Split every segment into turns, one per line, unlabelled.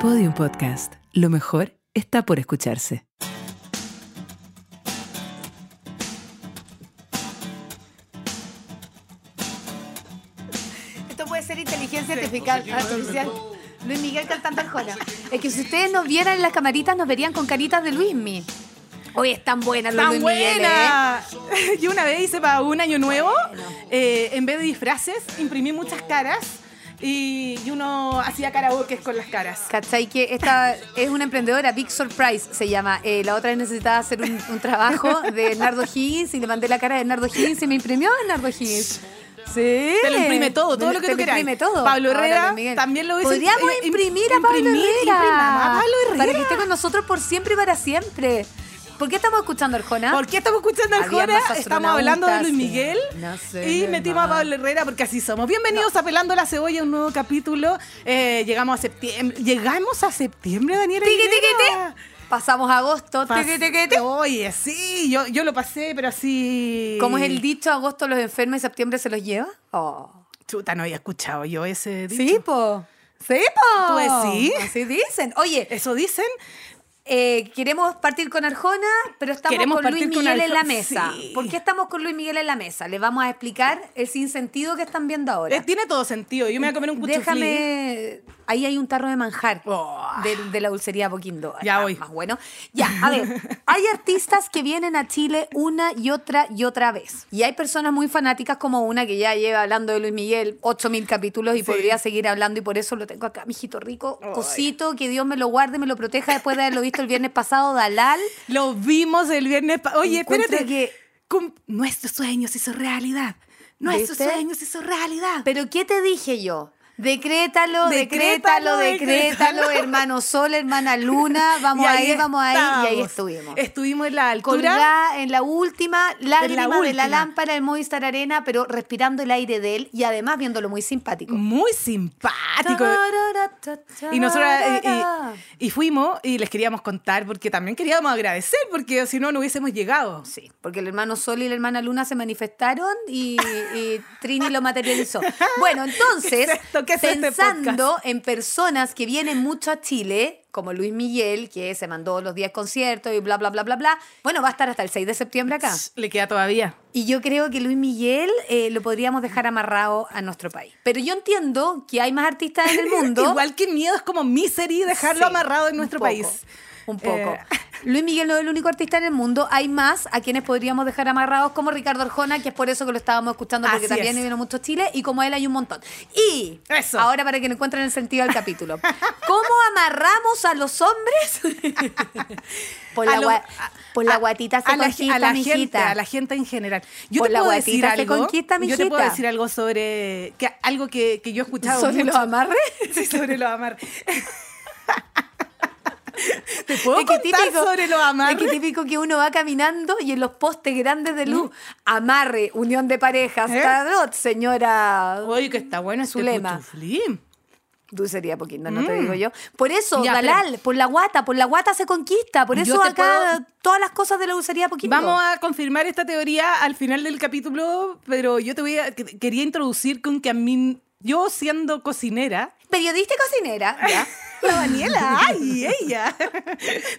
Podium Podcast. Lo mejor está por escucharse.
Esto puede ser inteligencia artificial. artificial. Luis Miguel cantando Arjona. Es que si ustedes nos vieran las camaritas, nos verían con caritas de Luismi. Hoy es tan buena la
¡Tan
Luis Miguel, ¿eh?
buena! Yo una vez hice para un año nuevo, eh, en vez de disfraces, imprimí muchas caras y, y uno hacía karaoke con las caras.
¿Cachai? Que esta es una emprendedora, Big Surprise se llama. Eh, la otra vez necesitaba hacer un, un trabajo de Hernando Higgins y le mandé la cara de Hernando Higgins y me imprimió Hernando Higgins. Sí.
Te lo imprime todo, todo
Me-
lo que
te
tú quieras.
imprime todo.
Pablo
Ahora,
Herrera
Luis Miguel.
también lo hubiese
Podríamos
eh, im-
imprimir a Pablo
imprimir,
Herrera.
imprimamos a Pablo Herrera.
Para que esté con nosotros por siempre y para siempre. ¿Por qué estamos escuchando a Arjona?
¿Por qué estamos escuchando a
¿Ah? Había
Arjona?
más
Estamos hablando de Luis
astronautas. eh,
Miguel
No sé,
y
no,
metimos
no.
a Pablo Herrera porque así somos. Bienvenidos a Pelando la Cebolla, un nuevo capítulo. Eh, llegamos a septiembre. Llegamos a septiembre, Daniela.
Tiqui,
Aguilera.
tiqui, ti. Pasamos agosto.
Pas-
tiqui, tiqui, ti.
Oye, sí, yo, yo lo pasé, pero así.
Como es el dicho, agosto los enferma y septiembre se los lleva. Oh.
Chuta, no había escuchado yo ese dicho.
Sí, po. Sí, po.
¿Tú decís?
Oh, Así dicen. Oye,
Eso dicen.
eh, queremos partir con Arjona, pero estamos
Queremos
con Luis
partir con
Miguel en la
Arjona,
mesa.
sí.
¿Por qué estamos con Luis Miguel en la mesa? Les vamos a explicar el sinsentido que están viendo ahora.
Eh, tiene todo sentido. Yo me voy a comer un cuchuflí.
Déjame. Ahí hay un tarro de manjar
Oh.
de, de la dulcería Boquindo.
Ya
Está
voy.
Más bueno. Ya, a ver. Hay artistas que vienen a Chile una y otra y otra vez. Y hay personas muy fanáticas como una que ya lleva hablando de Luis Miguel 8000 capítulos y
Sí.
podría seguir hablando y por eso lo tengo acá, mijito rico.
Ay.
Cosito, que Dios me lo guarde, me lo proteja después de haberlo visto el viernes pasado, Dalal.
Lo vimos el viernes. pa- Oye,
Encuentro
espérate.
que-
Cum- Nuestros sueños hizo realidad. Nuestros
¿Viste?
sueños hizo realidad.
¿Pero qué te dije yo? Decrétalo,
Decrétalo,
decrétalo, decrétalo,
decrétalo.
hermano Sol, hermana Luna, vamos
Y ahí
ahí, vamos ahí, y ahí
estamos.
estuvimos.
Estuvimos en la altura.
Colgada en la última lágrima
En la
de la
última.
lámpara del Movistar Arena, pero respirando el aire de él y además viéndolo muy simpático.
Muy simpático. Y nosotros y, y fuimos y les queríamos contar porque también queríamos agradecer porque si no no hubiésemos llegado.
Sí, porque el hermano Sol y la hermana Luna se manifestaron y, y Trini lo materializó. Bueno, entonces,
¿Qué es esto? ¿Qué es este
pensando en personas que vienen mucho a Chile, como Luis Miguel, que se mandó los 10 conciertos y bla, bla, bla, bla, bla, bueno, va a estar hasta el 6 de septiembre acá.
Ch, Le queda todavía.
Y yo creo que Luis Miguel eh, lo podríamos dejar amarrado a nuestro país. Pero yo entiendo que hay más artistas en el mundo.
Igual que miedo es como misery dejarlo
Sí,
amarrado en
un
nuestro
poco,
país.
Un poco.
Eh.
Luis Miguel no es el único artista en el mundo. Hay más a quienes podríamos dejar amarrados, como Ricardo Arjona, que es por eso que lo estábamos escuchando, porque
Así
también
es.
vino mucho Chile, y como él hay un montón. Y
Eso.
ahora para que le encuentren el sentido del capítulo. ¿Cómo amarramos a los hombres? por,
A
la,
lo-
gua-
a-
por la
a-
guatita se
a la,
conquista,
a la
mijita.
gente, a la gente en general. Yo
Por
te
la
puedo
guatita
decir
se
algo.
conquista,
yo te puedo
mijita.
decir algo sobre que algo que, que yo he escuchado
¿Sobre los
mucho.
amarres?
Sí, sobre los amarres. Te puedo
Es que
contar
típico-
sobre los amarres.
Es que típico que uno va caminando y en los postes grandes de luz, amarre, unión de parejas,
¿Eh?
tarot, señora.
Oye, que está bueno este
Zulema.
cuchuflí.
Dulcería poquito, no te digo yo. Por eso,
Mm. Ya,
Dalal, por la guata, por la guata se conquista. Por
Yo
eso
te
acá
puedo-
todas las cosas de la dulcería poquito.
Vamos a confirmar esta teoría al final del capítulo, pero yo te voy a, que- quería introducir con que a mí, yo siendo cocinera,
Periodista y cocinera. ya.
la Daniela, ay, ella.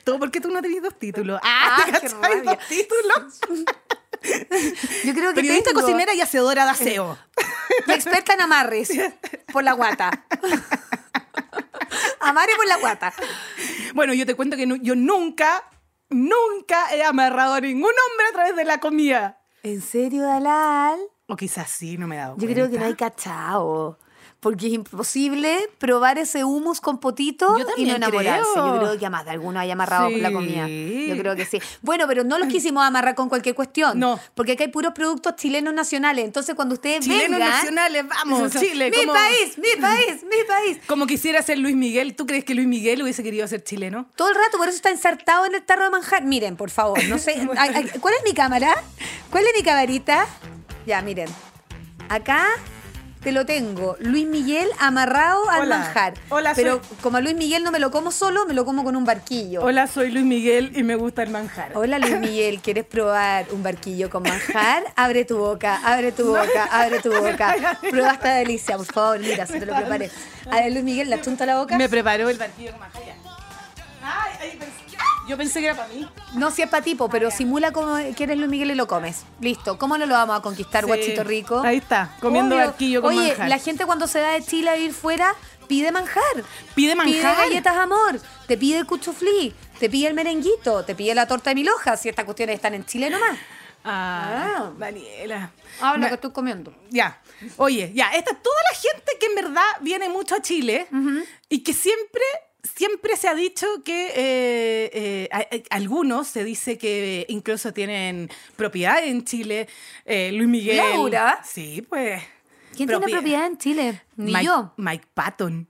Todo porque tú no tenías dos títulos. Ah,
Ah,
¿te
qué
cachai?
rabia.
dos títulos.
Yo creo que
Periodista,
tengo-
cocinera y hacedora de aseo.
Y experta en amarres por la guata. Amarre por la guata.
Bueno, yo te cuento que nu- yo nunca, nunca he amarrado a ningún hombre a través de la comida.
¿En serio, Dalal?
O quizás sí, no me he dado
Yo creo que no
cuenta.
hay cachao. Porque es imposible probar ese humus con potito
Yo
y no
también
enamorarse. Yo
creo.
creo que además de alguno hay amarrado con la
Sí.
comida. Yo creo que sí. Bueno, pero no los quisimos amarrar con cualquier cuestión.
No.
Porque acá hay puros productos chilenos nacionales. Entonces, cuando ustedes
Chilenos
vengan...
nacionales, vamos, Chile.
¡Mi
como-
país, mi país, mi país!
Como quisiera ser Luis Miguel, ¿tú crees que Luis Miguel hubiese querido ser chileno?
Todo el rato, por eso está insertado en el tarro de manjar. Miren, por favor, no sé. ay, ay, ¿Cuál es mi cámara? ¿Cuál es mi camarita? Ya, miren. Acá te lo tengo. Luis Miguel amarrado al
Hola.
manjar.
Hola, soy-
Pero como a Luis Miguel no me lo como solo, me lo como con un barquillo.
Hola, soy Luis Miguel y me gusta el manjar.
Hola Luis Miguel, ¿quieres probar un barquillo con manjar? Abre tu boca, abre tu boca, abre tu boca. Prueba esta delicia, por favor, mira, si te lo preparé. A ver, Luis Miguel, la chunta a la boca.
Me preparó el barquillo con manjar. ya. Ay, ay, pensé- yo pensé que era para mí.
No, si es para tipo,
Ah,
pero simula como quieres Luis Miguel y lo comes. Listo. ¿Cómo no lo vamos a conquistar,
Sí.
guachito rico?
Ahí está, comiendo barquillo con
Oye,
manjar.
la gente cuando se va de Chile a ir fuera pide manjar.
Pide manjar.
Pide galletas amor, te pide el cuchuflí, te pide el merenguito, te pide la torta de mil hojas, si estas cuestiones están en Chile nomás.
Ah,
Ah.
Daniela.
Ahora
Me-
lo que estoy comiendo.
Ya, oye, ya, esta es toda la gente que en verdad viene mucho a Chile y que siempre, siempre se ha dicho que eh, eh, a- a- algunos se dice que incluso tienen propiedad en Chile. eh, Luis Miguel.
¿Laura?
Sí, pues.
¿Quién
Propied-
tiene propiedad en Chile? Ni
Mike,
yo.
Mike Patton.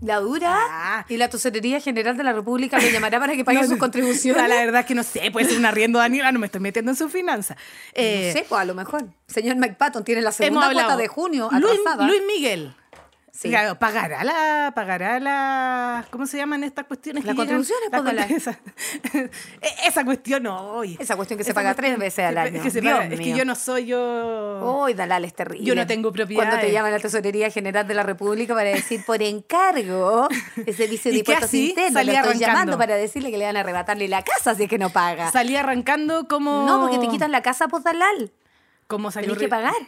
La dura
Ah.
y la Tesorería General de la República lo llamará para que pague
No,
sus contribuciones.
Ah, La verdad es que no sé, puede ser un arriendo, Daniela, no me estoy metiendo en su finanza. Eh,
no sé, pues a lo mejor. Señor Mike Patton tiene la
hemos
segunda cuota
hablado.
de junio
Luis,
atrasada.
Luis Miguel.
Sí.
Claro, pagará la, pagará la, ¿cómo se llaman estas cuestiones?
Las
que llegan?
contribuciones,
Las
póngala.
cont- Esa, esa cuestión, no, oye.
Esa cuestión que se
Esa
paga
cuestión
tres veces al
que-
año.
que se
Dios
paga. Es que
mío. Oh,
yo no soy yo.
Uy, Dalal es terrible.
Yo no tengo propiedades.
Cuando te llama la Tesorería General de la República para decir por encargo, el servicio de
¿Y qué
impuestos
así?
internos, lo
Salí
estoy
arrancando.
llamando para decirle que le van a arrebatarle la casa si es que no paga.
Salí arrancando como.
No, porque te quitan la casa por Dalal.
Como salió
Tenés
re- Ah.
que pagar.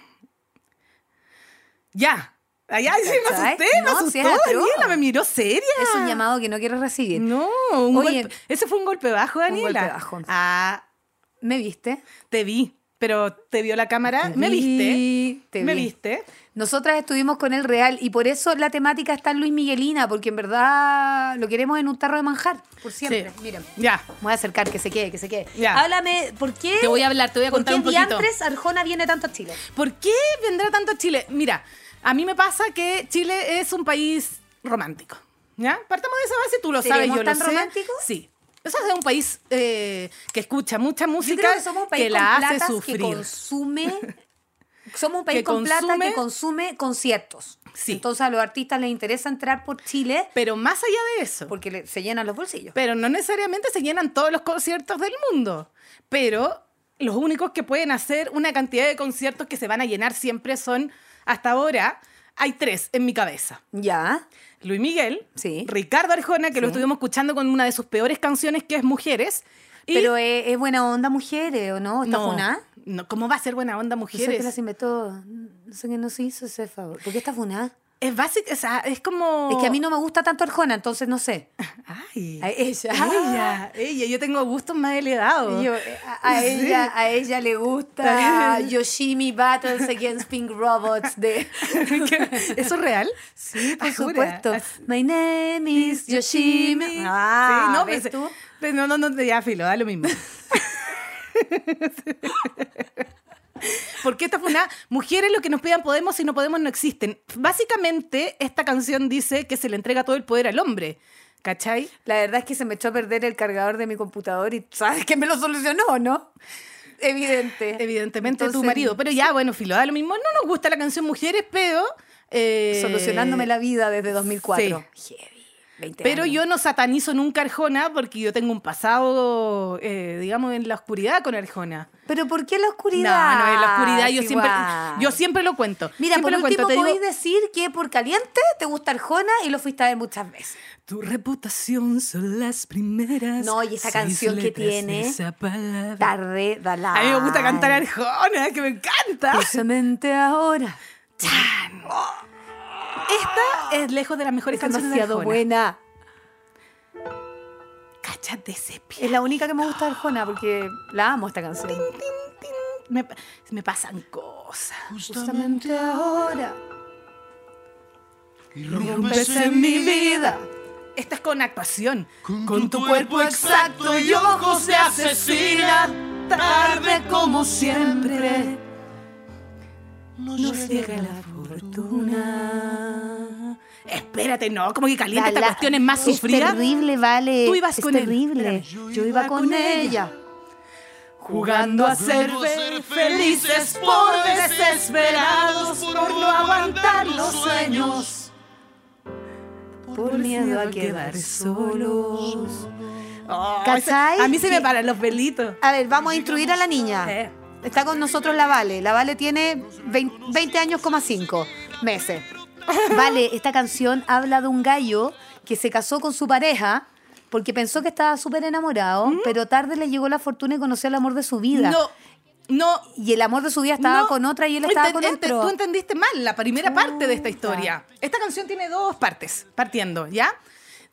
Ya. Ay, ay, sí, me
¿Cachai?
asusté, me
No,
asustó,
sí, es atroz.
Daniela, me miró seria.
Es un llamado que no quiero recibir.
No, un
Oye.
golpe. Ese fue un golpe bajo,
golpe
Daniela.
bajo.
Ah,
¿Me viste?
te vi, pero te vio la cámara.
Te
Ah, ¿Me
vi,
viste?
te
¿Me
vi.
viste?
Nosotras estuvimos con el Real y por eso la temática está en Luis Miguelina, porque en verdad lo queremos en un tarro de manjar, por siempre.
Sí.
Miren.
Ya.
Me voy a acercar, que se quede, que se quede.
Ya.
Háblame, ¿por qué?
Te voy a hablar, te voy a contar un
¿Por qué
poquito.
diantres Arjona viene tanto a Chile?
¿Por qué vendrá tanto a Chile? Mira, a mí me pasa que Chile es un país romántico. ¿Ya? Partamos de esa base, tú lo sabes,
¿Seremos
yo
tan
lo
románticos?
sé. Sí. O sea, es un país eh, que escucha mucha
Yo
música
creo que somos un país
que
con
la hace
platas que
sufrir.
consume. Somos un país
Que
con plata
consume-
que consume conciertos.
Sí.
Entonces a los artistas les interesa entrar por Chile
Pero más allá de eso,
porque le- se llenan los bolsillos.
pero no necesariamente se llenan todos los conciertos del mundo. Pero los únicos que pueden hacer una cantidad de conciertos que se van a llenar siempre son, hasta ahora, hay tres en mi cabeza.
Ya.
Luis Miguel,
Sí.
Ricardo Arjona, que lo
Sí.
estuvimos escuchando con una de sus peores canciones, que es Mujeres. y-
Pero es, es buena onda mujeres, ¿o no? ¿Está
no,
funada?
no, ¿Cómo va a ser buena onda
No sé que las
Mujeres?
inventó. No sé qué nos hizo ese favor. ¿Por qué está funada?
Es básico, o sea, es como...
Es que a mí no me gusta tanto Arjona, entonces no sé. Ah,
Ay,
A ella.
ella, ella, yo tengo gustos más elevados.
Y yo, eh, a, a ella, a ella le gusta Yoshimi Battles Against Pink Robots de...
¿Eso es real? Sí,
Por supuesto. My name is Yoshimi. Ah, pues,
sí, no,
¿ves
pensé-
tú?
pero no, no, no, ya filo, da lo mismo. ¿Por qué esta fue una mujeres lo que nos pidan podemos si no podemos no existen? Básicamente esta canción dice que se le entrega todo el poder al hombre, ¿cachai?
La verdad es que se me echó a perder el cargador de mi computador y sabes que me lo solucionó, ¿no? Evidente.
Evidentemente tu
Entonces,
marido, pero ya bueno, filo, da lo mismo. No nos gusta la canción Mujeres, pero eh,
Solucionándome la vida desde 2004. Heavy. 20
Pero
años.
yo no satanizo nunca a Arjona porque yo tengo un pasado, eh, digamos, en la oscuridad con Arjona.
¿Pero por qué la
No,
oscuridad?
no, en la oscuridad yo
Es
siempre,
igual.
yo siempre lo cuento.
Mira,
Siempre
por
lo
último
cuento, te digo,
podéis decir que por caliente te gusta Arjona y lo fuiste a ver muchas veces.
Tu reputación son las primeras.
No, y esa
seis
canción que
letras de
tiene.
esa palabra.
Tarde, dala.
A mí me gusta cantar Arjona, que me encanta.
Justamente ahora.
Esta es lejos de las mejores
Es
canciones de
demasiado
Arjona.
buena.
Cáchate ese pi-
Es la única que me gusta de Arjona porque la amo esta canción.
Me, me pasan cosas.
Justamente ahora.
Rompes pues en mi vida. Esta es con actuación. Con, tu cuerpo exacto y ojos de asesina. Tarde como siempre. Nos llega la fortuna. Espérate, no, como que caliente esta
Dala.
cuestión es más
Es
sufrida.
terrible, vale.
Tú ibas
es
con él.
terrible.
Espérame.
Yo iba con ella.
Jugando a ser fe- felices por desesperados, por no aguantar los sueños,
Por miedo a quedar solos. Oh, ¿Cachai?
A mí se me paran los velitos.
A ver, vamos a instruir a la niña.
Eh.
Está con nosotros la Vale. La Vale tiene 20, 20 años, coma 5 meses. Vale, esta canción habla de un gallo que se casó con su pareja porque pensó que estaba súper enamorado, pero tarde le llegó la fortuna y conoció el amor de su vida.
No, no.
Y el amor de su vida estaba
no.
con otra y él estaba
Enten-
con
enten-
otro.
Tú entendiste mal la primera parte de esta historia. Esta canción tiene dos partes, partiendo, ¿ya?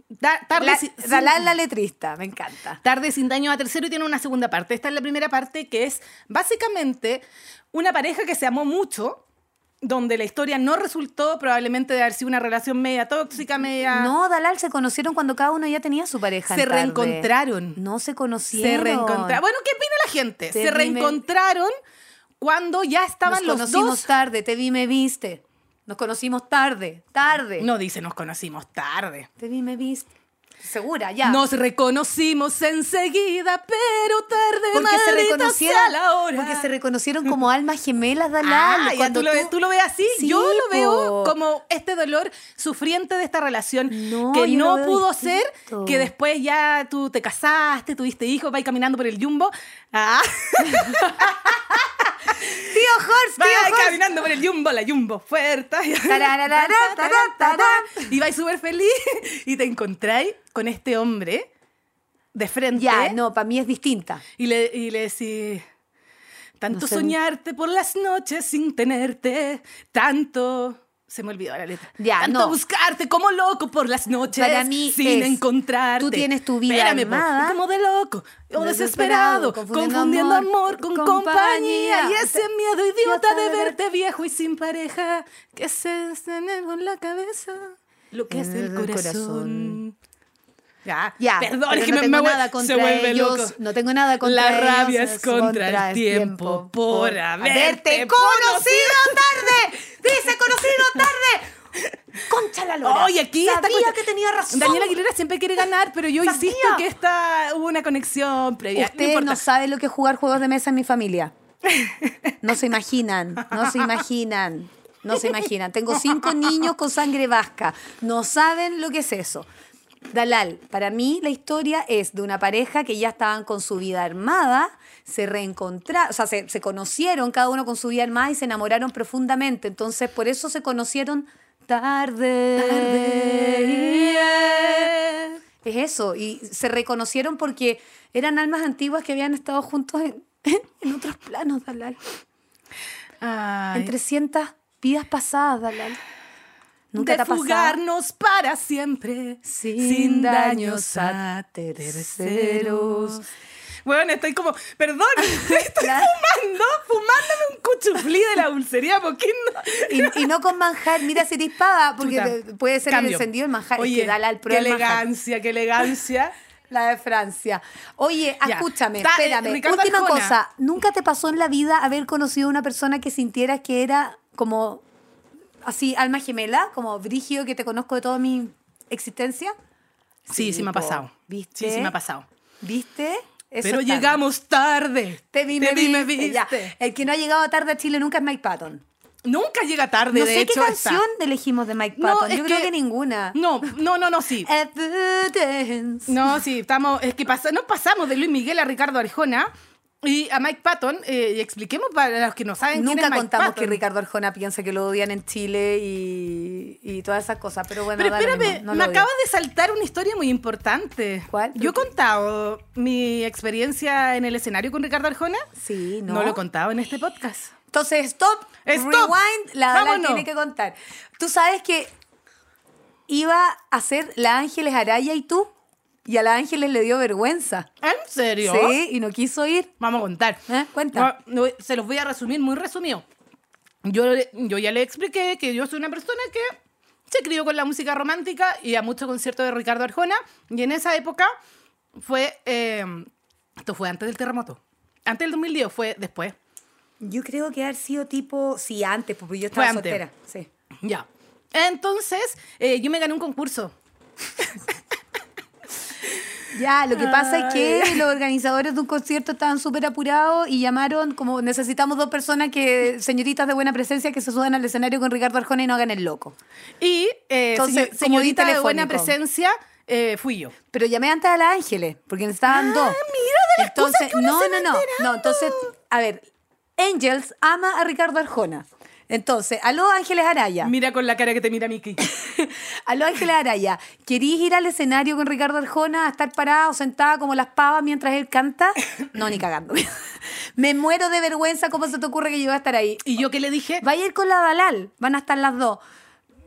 Da- tarde
La,
si- sin-
Dalal la letrista, me encanta.
Tarde sin daño a tercero y tiene una segunda parte. Esta es la primera parte que es básicamente una pareja que se amó mucho, donde la historia no resultó probablemente de haber sido una relación media tóxica, media...
No, Dalal se conocieron cuando cada uno ya tenía su pareja.
Se
en tarde.
reencontraron.
No se conocieron.
se reencontraron. Bueno, ¿qué opina la gente?
Te
se
dime-
reencontraron cuando ya estaban
Nos
los
conocimos
dos.
tarde, te vi, me viste. Nos conocimos tarde, tarde.
No dice nos conocimos tarde.
Te vi, me viste. Segura, ya.
Nos reconocimos enseguida, pero tarde
porque se
maldita sea
reconocieron,
la hora.
porque se reconocieron como almas gemelas, Dalal.
Ah, ya,
cuando
tú, lo, ves- tú lo ves así.
Sí,
yo lo veo
po.
como este dolor sufriente de esta relación
No,
que
yo lo
no
veo
pudo ser,
distinto.
que después ya tú te casaste, tuviste hijos, vais caminando por el jumbo. Ah,
Tío Horst, tío
vais
Horst.
caminando por el jumbo, la jumbo fuerte.
Tarararara, tará, tará.
y vais súper feliz y te encontráis con este hombre de frente
Ya, no, para mí es distinta.
y le, y le decís... Tanto
No sé.
soñarte por las noches sin tenerte, tanto... Se me olvidó la letra.
Ya,
tanto
no.
buscarte como loco por las noches
Para mí
sin
es,
encontrarte.
tú tienes tu vida
Espérame, po,
armada.
como de loco o desesperado,
Desesperado,
confundiendo,
confundiendo
amor
amor
con
con
compañía.
compañía.
Y ese miedo idiota de
de ver-
verte viejo y sin pareja que se desene con la cabeza lo que es el
El corazón.
corazón. Ya,
Ya.
perdón,
pero
es que
no
me,
tengo
me vuel-
nada
se
contra
vuelve
ellos,
loco.
No tengo nada contra
La
ellos.
rabia es
es
contra el tiempo por haberte
conocido tarde. Dice conocido tarde. Concha la lora.
Oye, aquí esta
Sabía
cosa-
que tenía razón.
Daniela Aguilera siempre quiere ganar, pero yo
Sabía.
insisto que esta hubo una conexión previa. no
Ustedes
importa.
no saben lo que es jugar juegos de mesa en mi familia. No se imaginan, no se imaginan, no se imaginan. Tengo cinco niños con sangre vasca. No saben lo que es eso. Dalal, para mí la historia es de una pareja que ya estaban con su vida armada, se reencontraron, o sea, se, se conocieron cada uno con su vida armada y se enamoraron profundamente. Entonces, por eso se conocieron tarde. Es eso, y se reconocieron porque eran almas antiguas que habían estado juntos en, en otros planos, Dalal.
Ay,
En 300 vidas pasadas, Dalal. Nunca
de
te ha pasado?
fugarnos para siempre
Sin daños a terceros.
Bueno, estoy como, perdón, estoy
Claro.
fumando, fumándome un cuchuflí de la dulcería Poquindo.
Y, y no con manjar, mira si dispara, porque
Chuta.
puede ser
Cambio.
el encendido el manjar. es
Oye,
que Dalal
qué
prueba el manjar.
elegancia, qué elegancia.
La de Francia. Oye,
Ya.
escúchame,
Ta- eh,
espérame.
Ricardo
Última
Arjona.
cosa, ¿nunca te pasó en la vida haber conocido a una persona que sintieras que era como así, alma gemela, como brígido que te conozco de toda mi existencia?
Sí, sí, me ha
po.
pasado.
¿Viste?
Sí, sí me ha pasado.
¿Viste? Eso
Pero
es tarde.
llegamos tarde.
Te vi, me viste, ya. El que no ha llegado tarde a Chile nunca es Mike Patton.
Nunca llega tarde,
no
de
sé
hecho.
qué
esta.
canción elegimos de Mike
No,
Patton.
es
Yo creo
que-
que ninguna.
No, no, no, no, sí.
Evidence.
No, sí, estamos. Es que pasa- nos pasamos de Luis Miguel a Ricardo Arjona y a Mike Patton. eh, y expliquemos para los que Ah, no saben quién es
Nunca
Mike
contamos
Patton.
que Ricardo Arjona piensa que lo odian en Chile y, y todas esas cosas, pero bueno,
Pero
da lo
espérame,
mismo, no
me
lo odio.
acabas de saltar una historia muy importante.
¿Cuál?
Yo he contado mi experiencia en el escenario con Ricardo Arjona.
Sí, ¿no?
No, lo he contado en este podcast.
Entonces, stop,
Stop.
rewind, la Dalal
Vámonos.
tiene que contar. Tú sabes que iba a ser la Ángeles Araya y tú, y a la Ángeles le dio vergüenza.
¿En serio?
Sí, y no quiso ir.
Vamos a contar.
¿Eh? Cuenta.
No, no, se los voy a resumir muy resumido. Yo, yo ya le expliqué que yo soy una persona que se crió con la música romántica y a muchos conciertos de Ricardo Arjona. Y en esa época fue. eh, esto fue antes del terremoto. Antes del 2010, fue después.
Yo creo que haber sido tipo, sí, antes, pues, porque yo
Fue
estaba
antes.
soltera. Sí.
Ya. Entonces, eh, yo me gané un concurso.
Ya, lo que pasa es que los organizadores de un concierto estaban súper apurados y llamaron como necesitamos dos personas que, señoritas de buena presencia, que se suban al escenario con Ricardo Arjona y no hagan el loco.
Y eh, señor-
Entonces, como di
señorita de
telefónico.
buena presencia, eh, fui yo.
Pero llamé antes a Las Ángeles, porque necesitaban
Ah,
dos.
mira de las cosas que uno
no,
se
no,
va
no, no, entonces, a ver, Angels ama a Ricardo Arjona. Entonces, a los Ángeles Araya.
Mira con la cara que te mira Miki.
A los Ángeles Araya, ¿querís ir al escenario con Ricardo Arjona a estar parado, sentada como las pavas mientras él canta? No, ni cagando. Me muero de vergüenza, ¿cómo se te ocurre que yo voy a estar ahí?
¿Y yo qué le dije?
Vaya a ir con la Dalal, van a estar las dos.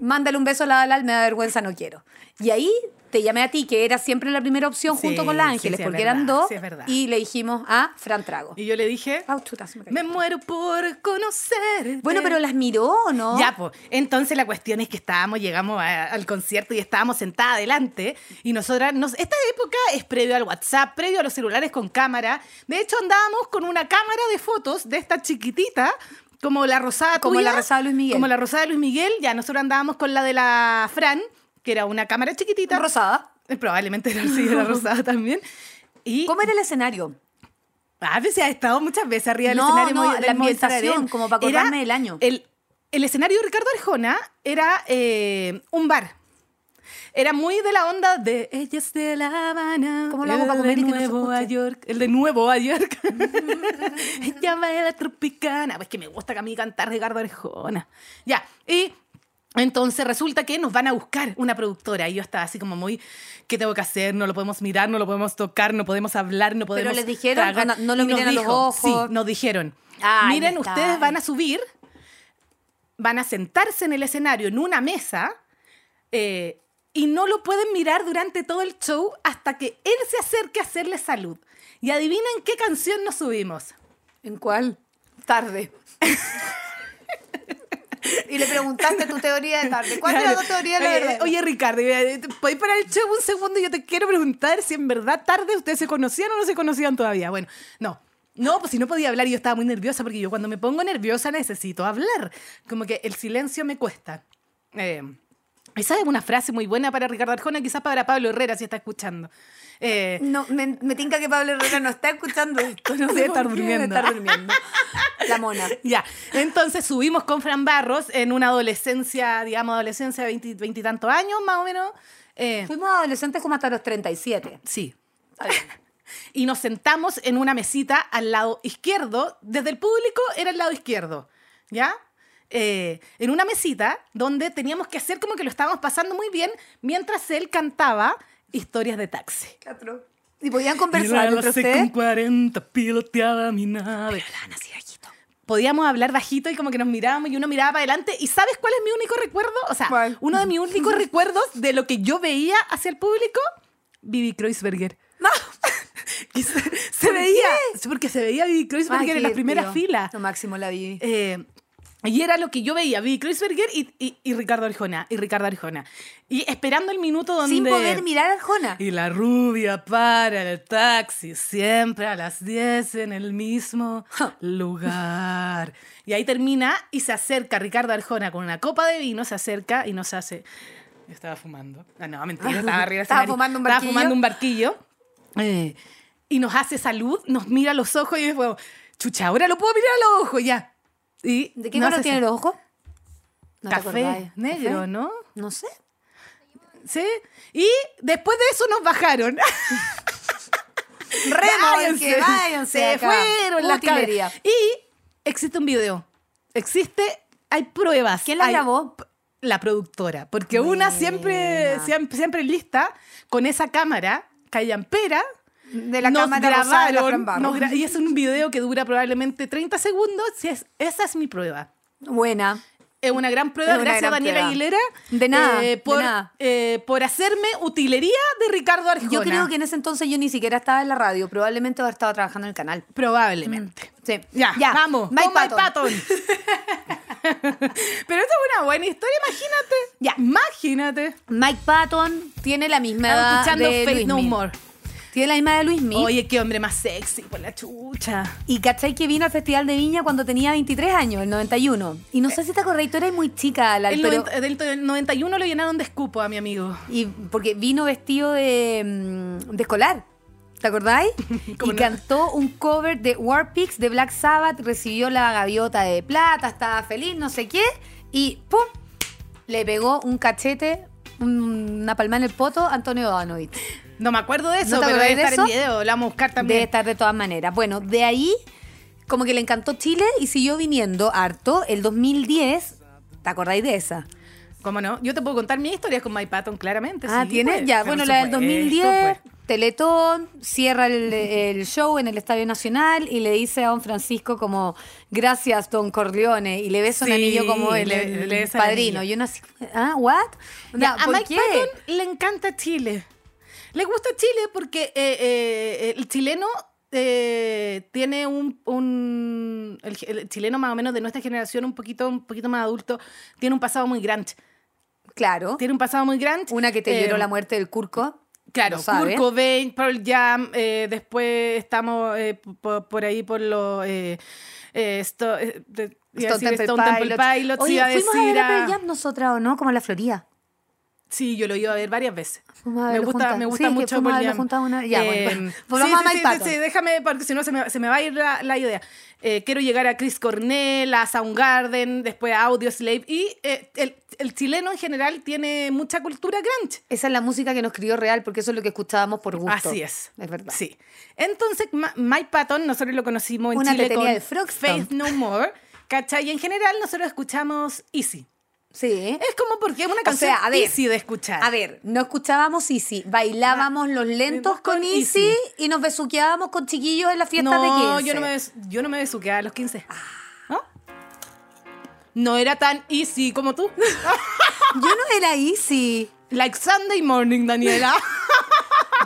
Mándale un beso a la Dalal, me da vergüenza, no quiero. Y ahí te llamé a ti, que era siempre la primera opción
Sí,
junto con Los
sí,
Ángeles,
sí, es
porque
verdad,
eran dos.
sí, es verdad.
y le dijimos a Fran Trago.
Y yo le dije,
Au, chuta, se me cayó.
me muero por conocer.
Bueno, pero las miró, ¿o ¿no?
Ya, pues. Entonces la cuestión es que estábamos, llegamos a- al concierto y estábamos sentadas adelante. Y nosotras, nos, esta época es previo al WhatsApp, previo a los celulares con cámara. De hecho, andábamos con una cámara de fotos de esta chiquitita. Como la rosada
Como
tuya,
la rosada de Luis Miguel.
Como la rosada de Luis Miguel. Ya, nosotros andábamos con la de la Fran, que era una cámara chiquitita.
Rosada.
Eh, Probablemente era así, era rosada también. Y
¿Cómo era el escenario?
a veces Ah, pues, ha estado muchas veces arriba del
No,
escenario.
no,
movi-
la
del movimiento de
ambientación,
arena.
como para
Era
acordarme del año.
El, el escenario de Ricardo Arjona era eh, un bar. Era muy de la onda de Ella es de La Habana.
¿Cómo lo hago
el
para comer
de
y que no se
Nuevo
escuche?
York, El de Nuevo York. Ella baila tropicana. Pues que me gusta que a mí cantar Ricardo Arjona. Ya, y... Entonces resulta que nos van a buscar una productora y yo estaba así como muy, ¿qué tengo que hacer? No lo podemos mirar, no lo podemos tocar, no podemos hablar, no
Pero
podemos...
le dijeron,
tragar".
no- no lo
Y nos
miren a los
dijo,
ojos.
Sí, nos dijeron,
Ay,
miren,
ya está.
ustedes van a subir, van a sentarse en el escenario en una mesa eh, y no lo pueden mirar durante todo el show hasta que él se acerque a hacerle salud. Y adivinen qué canción nos subimos.
¿En cuál? Tarde. y le preguntaste tu teoría de tarde. ¿Cuál era
Claro.
tu teoría de la
oye,
verdad?
oye, Ricardo, mira, ¿podéis parar el show un segundo? Yo te quiero preguntar si en verdad tarde ustedes se conocían o no se conocían todavía. Bueno, no. No, pues si no podía hablar, yo estaba muy nerviosa porque yo cuando me pongo nerviosa necesito hablar. Como que el silencio me cuesta. Eh, esa es una frase muy buena para Ricardo Arjona, quizás para Pablo Herrera si está escuchando. Eh,
No, me, me tinca que Pablo Herrera no está escuchando esto. No
Debe
sé
estar
por qué,
durmiendo.
Debe estar durmiendo. La mona.
Ya, entonces subimos con Fran Barros en una adolescencia, digamos, adolescencia de veinti- veintitantos años más o menos. Eh,
Fuimos adolescentes como hasta los 37.
Sí. y nos sentamos en una mesita al lado izquierdo. Desde el público era el lado izquierdo, ¿ya? Eh, en una mesita donde teníamos que hacer como que lo estábamos pasando muy bien mientras él cantaba historias de taxi.
Cuatro. Y podían
Yo
conversar
la
entre
lancé
ustedes.
con 40, piloteaba mi nave.
podíamos hablar bajito y como que nos mirábamos y uno miraba para adelante. ¿Y sabes cuál es mi único recuerdo? O sea,
¿Cuál?
uno de mis únicos recuerdos de lo que yo veía hacia el público, Bibi Kreuzberger. No. se, se veía, porque se veía Bibi
Ay,
Kreuzberger
qué
en la primera
divertido.
fila.
Lo máximo la vi.
Eh, y era lo que yo veía, Bibi Kreuzberger y, y- y Ricardo Arjona, y Ricardo Arjona. Y esperando el minuto donde...
Sin poder mirar a Arjona.
Y la rubia para el taxi, siempre a las 10 en el mismo lugar. Y ahí termina y se acerca Ricardo Arjona con una copa de vino, se acerca y nos hace... Yo estaba fumando. Ah, no, mentira, estaba arriba del
Estaba
escenario.
fumando un
Estaba
barquillo.
fumando un barquillo. Eh, y nos hace salud, nos mira a los ojos y yo digo, chucha, ahora lo puedo mirar a los ojos ya. Y
¿De qué
nos
color
hace
tiene los ojos? No te
Café
acordás. ¿eh?
negro,
¿Café?
¿no?
No sé.
¿Sí? Y después de eso nos bajaron.
Váyanse, váyanse
Se
acá.
fueron las
Utilería.
cabras. Y existe un video. Existe, hay pruebas.
¿Quién la
Hay-
grabó?
La productora. Porque una siempre,
Buena.
siempre, siempre lista con esa cámara callampera.
De la
nos
cámara rosada de la
grabaron.
Fran Barros.
nos gra- y es un video que dura probablemente 30 segundos. Si es, esa es mi prueba.
Buena.
Es una gran prueba,
Es una
gracias
gran
a Daniela
prueba.
Aguilera.
De nada, de
por,
nada.
eh, por hacerme utilería de Ricardo Arjona.
Yo creo que en ese entonces yo ni siquiera estaba en la radio, probablemente haber estado trabajando en el canal.
Probablemente.
Sí.
Ya, vamos,
Mm. Mike
con Mike
Patton.
Patton. Pero esto es una buena historia, imagínate.
Ya.
imagínate.
Mike Patton tiene la misma
Estamos
edad
escuchando
de
Faith
Luis
No
Miguel.
More.
Tiene la misma de Luis
Oye, qué hombre más sexy, por la chucha.
Y cachai que vino al Festival de Viña cuando tenía 23 años, el 91. Y no sé si te acordás, tú eres muy chica, la,
Eh. El
pero...
noventa- del, del 91 lo llenaron de escupo a mi amigo.
Y porque vino vestido de, mm, de escolar. ¿Te acordáis?
¿Cómo
y
no?
cantó un cover de War Pigs de Black Sabbath, recibió la gaviota de plata, estaba feliz, no sé qué, y ¡pum! Le pegó un cachete, un- una palma en el poto a Antonio Donovich.
No me acuerdo de eso,
¿No te
pero
acordás
debe
de
estar en
eso?
video. Lo vamos a buscar
Debe
también.
estar de todas maneras. Bueno, de ahí, como que le encantó Chile y siguió viniendo harto. El 2010, ¿te acordáis de esa?
¿Cómo no? Yo te puedo contar mis historias con Mike Patton, claramente.
Ah,
sí,
¿tienes?
pues.
ya,
Por
bueno, la del
supuesto,
2010,
pues.
Teletón, cierra el, el show en el Estadio Nacional y le dice a don Francisco como, gracias, don Corleone, y le besa
Sí,
un anillo como el,
le-
el
le besa el
padrino.
anillo.
Yo no así, ah, what?
Ya,
Onda,
a
¿por
Mike
qué?
Patton le encanta Chile. Le gusta Chile porque eh, eh, el chileno eh, tiene un... un- el, el chileno más o menos de nuestra generación, un poquito, un poquito más adulto, tiene un pasado muy grande.
Claro,
Tiene un pasado muy grande.
una que te
eh,
lloró la muerte del Curco.
Claro,
lo
Kurt
sabe.
Cobain, Pearl Jam, eh, después estamos eh, po- por, ahí por los... Eh, eh, esto- eh, de- iba a
Stone
decir
Temple
Stone Temple
Pilots.
Pilots,
Oye,
iba a
fuimos a ver
decir
a
a-
Pearl Jam nosotras, ¿o no? Como en la Florida.
Sí, yo lo iba a ver varias veces.
Fuimos a
me
verlo
gusta,
juntas.
me
Sí,
gusta
es que
mucho
fuimos a
Pearl
verlo
Jam. Eh,
juntas una- ya, bueno, bueno.
sí,
Volvamos a
sí,
Mike
sí,
Patton.
sí, déjame, porque si no se me, se me va a ir la, la idea. Eh, quiero llegar a Chris Cornell, a Soundgarden, después a Audioslave. Y eh, el, el chileno en general tiene mucha cultura grunge.
Esa es la música que nos crió real, porque eso es lo que escuchábamos por gusto.
Así es.
Es verdad.
Sí. Entonces, Ma- Mike Patton, nosotros lo conocimos en
Una que
Chile
tenía
con
el Frog Stomp.
Faith No More, ¿cachai? Y en general nosotros escuchamos Easy.
Sí. ¿eh?
Es como porque es una
O
canción
sea, a ver,
easy de escuchar.
A ver, no escuchábamos Easy, bailábamos los lentos con,
con
Easy,
Easy.
y nos besuqueábamos con chiquillos en las fiestas
no,
de Ah. 15.
Yo no, me, bes- yo no me besuqueaba a los 15. ¿No? No era tan easy como tú.
Yo no era Easy.
Like Sunday morning, Daniela.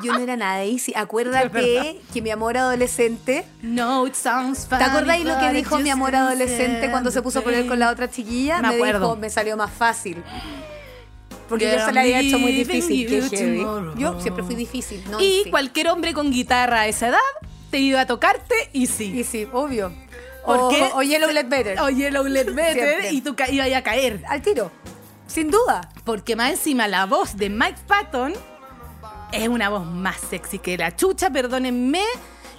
Yo no era nada Easy.
Es
Acuérdate que mi amor adolescente.
No, it sounds
¿Te
funny.
acordáis lo que
but
dijo
it
mi
just
amor
doesn't
adolescente cuando se puso a poner con la otra chiquilla?
Me
Me,
acuerdo.
dijo, me salió más fácil. Porque
Girl,
yo se la había
I'm
hecho muy
leaving
difícil. qué
you
heavy.
tomorrow.
Yo siempre fui difícil. No
Y
easy.
cualquier hombre con guitarra a esa edad te iba a tocarte easy.
Easy, obvio.
¿Por
o,
qué?
o Yellow Let Better.
Oye, lo
Siempre.
y tú ca- ibas a caer.
Al tiro. Sin duda.
Porque más encima la voz de Mike Patton es una voz más sexy que la chucha, perdónenme.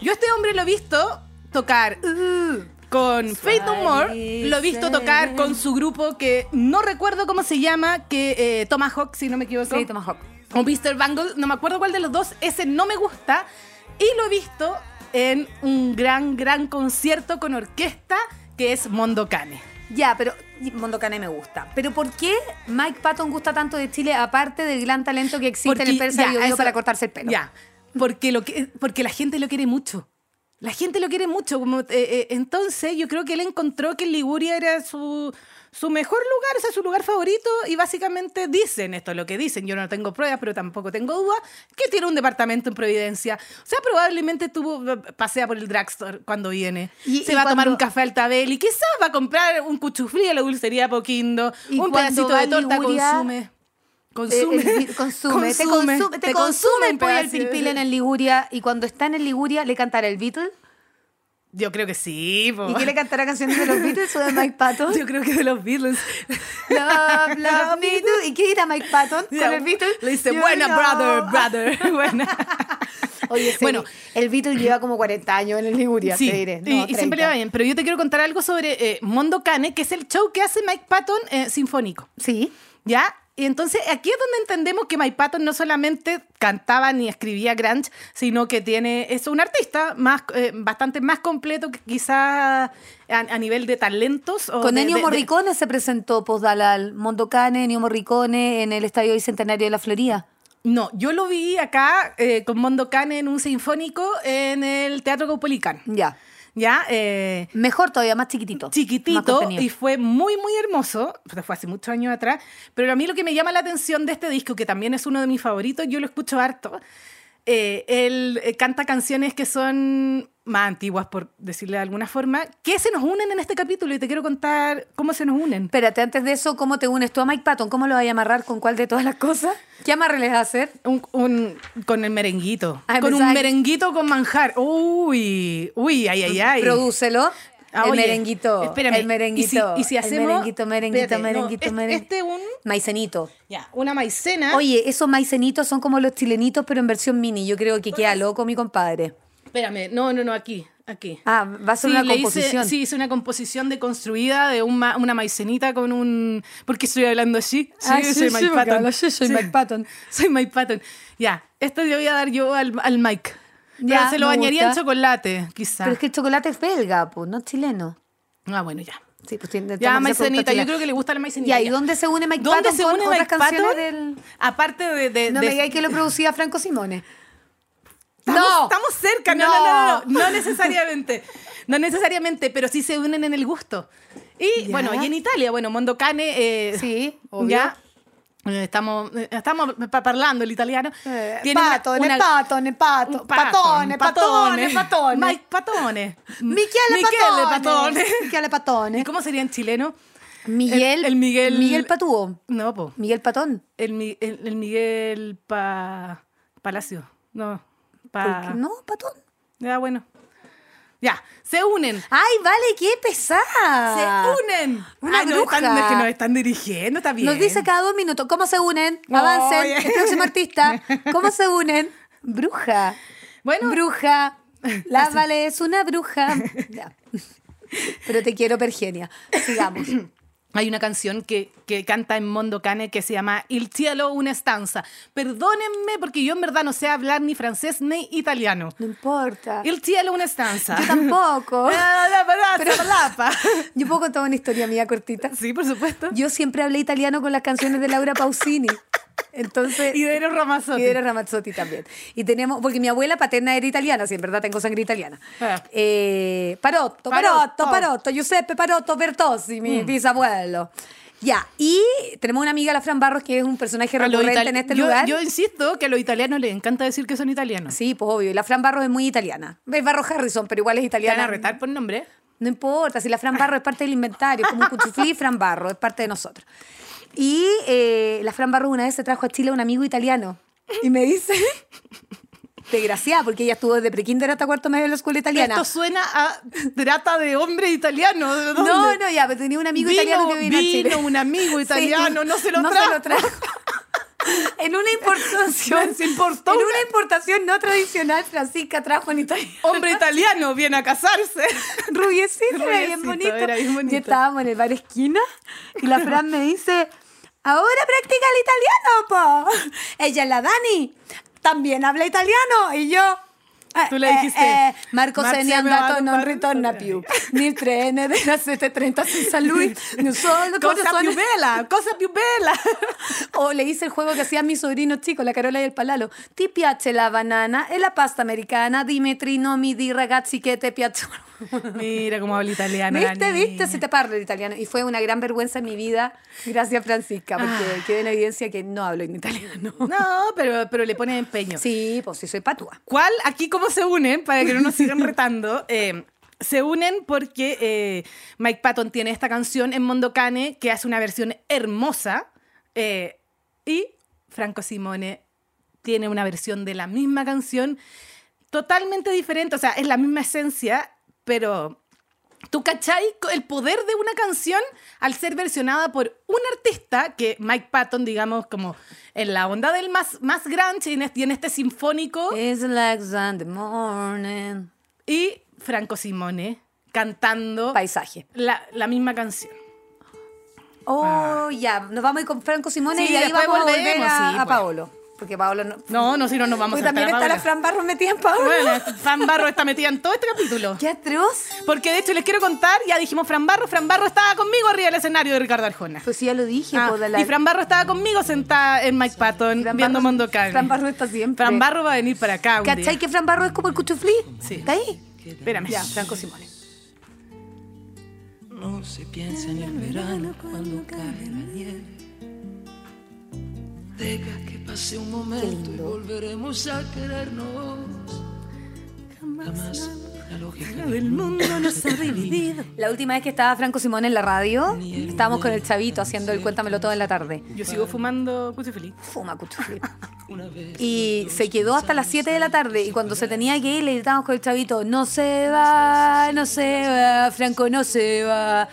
Yo a este hombre lo he visto tocar
Uh.
con Faith No More, lo he visto tocar con su grupo que no recuerdo cómo se llama, que eh, Tomahawk, si no me equivoco.
Sí, Tomahawk.
o Mr. Bangle, no me acuerdo cuál de los dos, ese no me gusta. Y lo he visto en un gran, gran concierto con orquesta que es Mondocane.
Ya, pero Mondo Cane me gusta. Pero ¿por qué Mike Patton gusta tanto de Chile, aparte del gran talento que existe en el persa
ya,
Bio Bio
eso-
para cortarse el pelo?
Ya, porque, lo que, porque la gente lo quiere mucho. La gente lo quiere mucho. como, eh, eh, entonces yo creo que él encontró que Liguria era su, su mejor lugar, o sea, su lugar favorito. Y básicamente dicen, esto es lo que dicen, yo no tengo pruebas, pero tampoco tengo duda, que tiene un departamento en Providencia. O sea, probablemente tuvo, pasea por el drugstore cuando viene.
Y-
se
y
va a tomar
cuando-
un café al tabel y quizás va a comprar un cuchuflí a la dulcería Poquindo,
Y
un
cuando
pedacito
va
de torta
Liguria,
consume. Consume.
Eh, Consume, consume, te
Consume.
consume, te
Te
consume
consume,
el pollo al
pedazo.
pilpil en el Liguria y cuando están en Liguria le cantará el Beatle
Yo creo que sí, po.
y que le cantará canciones de los Beatles o de Mike Patton.
Yo creo que de los Beatles.
Love, love me do. ¿Y qué dirá Mike Patton con el Beatle? "Ah".
Le dice,
You
buena,
know".
brother, brother. Buena.
Oye, ese-
Bueno.
el Beatle lleva como 40 años en el Liguria,
Sí,
te diré. No,
y- y, siempre
30.
le va bien. Pero yo te quiero contar algo sobre eh, Mondo Cane, que es el show que hace Mike Patton eh, sinfónico.
Sí.
¿Ya? Y entonces aquí es donde entendemos que Mike Patton no solamente cantaba ni escribía grunge, sino que tiene, es un artista más, eh, bastante más completo que quizá a, a nivel de talentos. o
Con
de-
Ennio
de- de-
Morricone se presentó Pozdalal, Mondocane, Ennio Morricone en el Estadio Bicentenario de la Florida.
No, yo lo vi acá eh, con Mondo Cane en un sinfónico en el Teatro Caupolicán.
Ya.
Ya, eh,
Mejor todavía, más chiquitito. Más
chiquitito
contenido.
y fue muy, muy hermoso. Pero Fue hace muchos años atrás. Pero a mí lo que me llama la atención de este disco, que también es uno de mis favoritos, yo lo escucho harto, eh, él eh, canta canciones que son más antiguas, por decirle de alguna forma, que se nos unen en este capítulo y te quiero contar cómo se nos unen.
Espérate, antes de eso, ¿cómo te unes tú a Mike Patton? ¿Cómo lo vas a amarrar con cuál de todas las cosas? ¿Qué amarre les va a hacer?
Un- un- con el merenguito.
Ay,
con un
pensaba que-
merenguito con manjar. Uy, uy, ay, ay, ay.
Prodúcelo.
Ah,
el
oye,
merenguito.
espérame,
El merenguito.
y si- y si
el
hacemos-
merenguito, merenguito,
espérate, no,
merenguito,
es-
meren-
este un-
Maicenito.
Ya, una maicena.
Oye, esos maicenitos son como los chilenitos, pero en versión mini. Yo creo que queda loco mi compadre.
Espérame, no, no, no, aquí, aquí.
Ah, va a
Sí,
ser una
le hice-
composición.
sí, hice una composición deconstruida de un ma- una maicenita con un... ¿Por qué estoy hablando así? Sí, soy Mike Patton. Sí,
Patton.
soy Mike Patton. Ya, esto le voy a dar yo al, al Mike.
Ya,
Pero se lo
me
bañaría
gusta.
en chocolate, quizá.
Pero es que el chocolate es belga, pues, no es chileno.
Ah, bueno, ya.
Sí, pues tiene
Ya,
estamos en esa
maicenita.
productora
Yo
chilena.
creo que le gusta la maicenita.
Ya, ¿y dónde se une Mike
¿Dónde
Patton
se
con
une
otras
Mike
canciones
Patton?
del...?
Aparte de... de-
No
de-
me digáis que lo producía Franco Simone.
Estamos,
no,
estamos cerca, no, no, no, no, no, no necesariamente. No necesariamente, pero sí se unen en el gusto. Y
Ya.
bueno, y en Italia, bueno, Mondo Cane. eh,
Sí, obvio.
Ya. eh, Estamos, eh, estamos pa- parlando el italiano.
Eh,
Tiene una-
patone,
una-
patone, pato-
un
patone, patone, patone.
Mike Patone.
Michele,
Michele
Patone.
Patone.
Michele
¿Y
Patone.
cómo sería en chileno?
Miguel,
el- el Miguel-
Miguel Patúo.
No, po.
Miguel Patón.
El, Mi- el- el Miguel pa, Palacio. No.
¿Por
Pa,
qué? No, Patón.
Ya, bueno. Ya, se unen.
Ay, vale, qué pesada.
¡Se unen!
Ah. Una
Ay, nos
bruja.
están- es que nos están dirigiendo, está bien.
Nos dice cada dos minutos cómo se unen.
No,
Avancen.
oye.
El próximo artista. ¿Cómo se unen? Bruja.
Bueno.
Bruja. La Vale es una bruja. Ya. Pero te quiero, Pergenia. Sigamos.
Hay una canción que, que canta en Mondo Cane que se llama Il cielo una estanza. Perdónenme porque yo en verdad no sé hablar ni francés ni italiano.
No importa. Yo
Il cielo una estanza.
tampoco.
Ah, la palapa,
Pero-
la palapa.
Yo puedo contar una historia mía cortita.
Sí, por supuesto.
Yo siempre hablé italiano con las canciones de Laura Pausini. Entonces.
Y de Eros Ramazzotti.
Y era Ramazzotti también. Y tenemos, porque mi abuela paterna era italiana, sí, en verdad tengo sangre italiana.
Ah.
Eh, Parotto, Parotto,
Parotto. Mm.
Parotto, Giuseppe Parotto Bertossi, mi bisabuelo. Ya, y tenemos una amiga, la Fran Barros, que es un personaje
A los
recurrente
itali-
en este
yo,
lugar.
Yo insisto que a los italianos les encanta decir que son italianos.
Sí, pues obvio, y la Fran Barros es muy italiana. Es Barros Harrison, pero igual es
Te van
italiana.
a retar por nombre.
No importa, si la Fran Barro es parte del inventario, es como un cuchuflí, Fran Barro, es parte de nosotros. Y eh, la Fran Barro una vez se trajo a Chile a un amigo italiano y me dice, desgraciada, porque ella estuvo desde prekinder hasta cuarto medio en la escuela italiana.
Esto suena a trata de hombre italiano. ¿de dónde?
No, no, ya, pero tenía un amigo
Vino-
italiano que vino, a Chile.
vino un amigo italiano, no se lo trajo.
en una importación,
Se importó
en
una-
una importación no tradicional, Francisca trajo en Italia.
Hombre italiano viene a casarse.
rubiecito, era bien
Rubiecito,
bonito.
era bien bonito.
Y estábamos en el bar esquina y la Fran me dice, ahora practica el italiano, po. Ella, la Dani, también habla italiano. Y yo... "Ah,
Tú le dijiste,
Marco
"Marcia
Seni
me va
andato
a
non
topar".
ritorna più. Nel treno della 730 senza lui, non solo
cosa più
corazón.
bella, cosa più bella.
O le hice el juego que hacían mis sobrinos chicos, la Carola y el Palalo. Ti piace la banana e la pasta americana, dime trinomi di ragazzi che te piacciono.
Mira cómo habla italiano. Ah, la
¿Viste, viste?
niña.
Se te parla el italiano. Y fue una gran vergüenza en mi vida. Gracias, Francisca, porque
Ah.
quedé en evidencia que no hablo en italiano.
No, pero, pero le pone empeño.
Sí, pues sí, soy patúa.
¿Cuál? Aquí cómo se unen, para que no nos sigan retando. eh, se unen porque eh, Mike Patton tiene esta canción en Mondocane que hace una versión hermosa eh, y Franco Simone tiene una versión de la misma canción totalmente diferente, o sea, es la misma esencia, pero ¿Tú cachai co- el poder de una canción al ser versionada por un artista que Mike Patton, digamos, como en la onda del más, más grunge y en este, y en este sinfónico?
It's like Sunday morning.
Y Franco Simone cantando
Paisaje.
la, la misma canción.
Oh, ya. Nos vamos a ir con Franco Simone
Ah. Sí,
y ahí
después
vamos a volver
volvemos,
a,
sí,
a
pues.
Paolo. Porque Paolo no...
No, no, si no nos vamos
Porque
a
también
saltar
está
a
la Fran Barros metida en Paolo.
Paola. Bueno, Fran Barro está metida en todo este capítulo.
¡Qué atroz!
Porque de hecho les quiero contar, ya dijimos Fran Barro, Fran Barro estaba conmigo arriba del escenario de Ricardo Arjona.
Pues sí, ya lo dije.
Ah,
po, de la-
y Fran Barro estaba conmigo sentada en Mike Patton
Fran
viendo
Barros-
Mondocane.
Fran Barro está siempre.
Fran Barro va a venir para acá. un día.
¿Cachai que Fran Barro es como el cuchuflí?
Sí.
¿Está ahí?
Espérame.
Ya, Franco Simone.
No se piensa en el verano cuando cae la nieve.
Deja que pase un momento y
lindo.
volveremos a querernos. Jamás la lógica
El mundo nos ha dividido.
La última vez que estaba Franco Simón en la radio, estábamos con el chavito haciendo el cuéntamelo todo en la tarde.
Yo sigo fumando cucho feliz.
Fuma, cuchufli.
una vez.
Y se quedó hasta las 7 de la tarde. Y cuando se tenía que ir, le gritábamos con el chavito: No se va, no se va, Franco, no se va.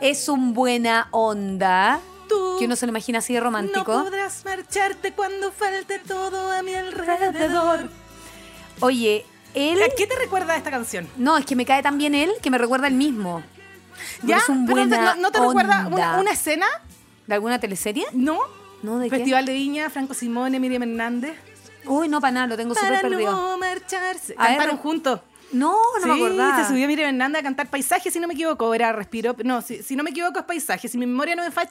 Es un buena onda.
Tú
Que uno se lo imagina así de
No
romántico.
podrás marcharte cuando falte todo a mi alrededor.
Alrededor. Oye, él.
¿A qué te recuerda esta canción?
No, es que me cae tan bien él que me recuerda el mismo.
¿Ya?
Es un
Pero no te-
buena
¿No, no te recuerda una,
onda.
una escena?
¿De alguna teleserie?
¿No?
No, ¿de qué?
Festival de Viña, Franco Simone, Miriam Hernández.
Uy, no, para nada, lo tengo súper
Para
perdido.
no marcharse.
A ver,
Cantaron
re-
juntos.
No, no me
sí,
acordaba.
se subió Miriam Hernández a cantar Paisaje, si no me equivoco, era Respiro. No, si, si no me equivoco es Paisaje, si mi memoria no me falla...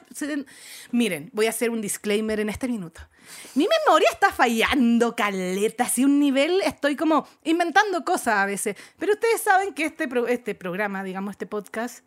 Miren, voy a hacer un disclaimer en este minuto. Mi memoria está fallando, caleta, así un nivel, estoy como inventando cosas a veces. Pero ustedes saben que este, pro- este programa, digamos, este podcast,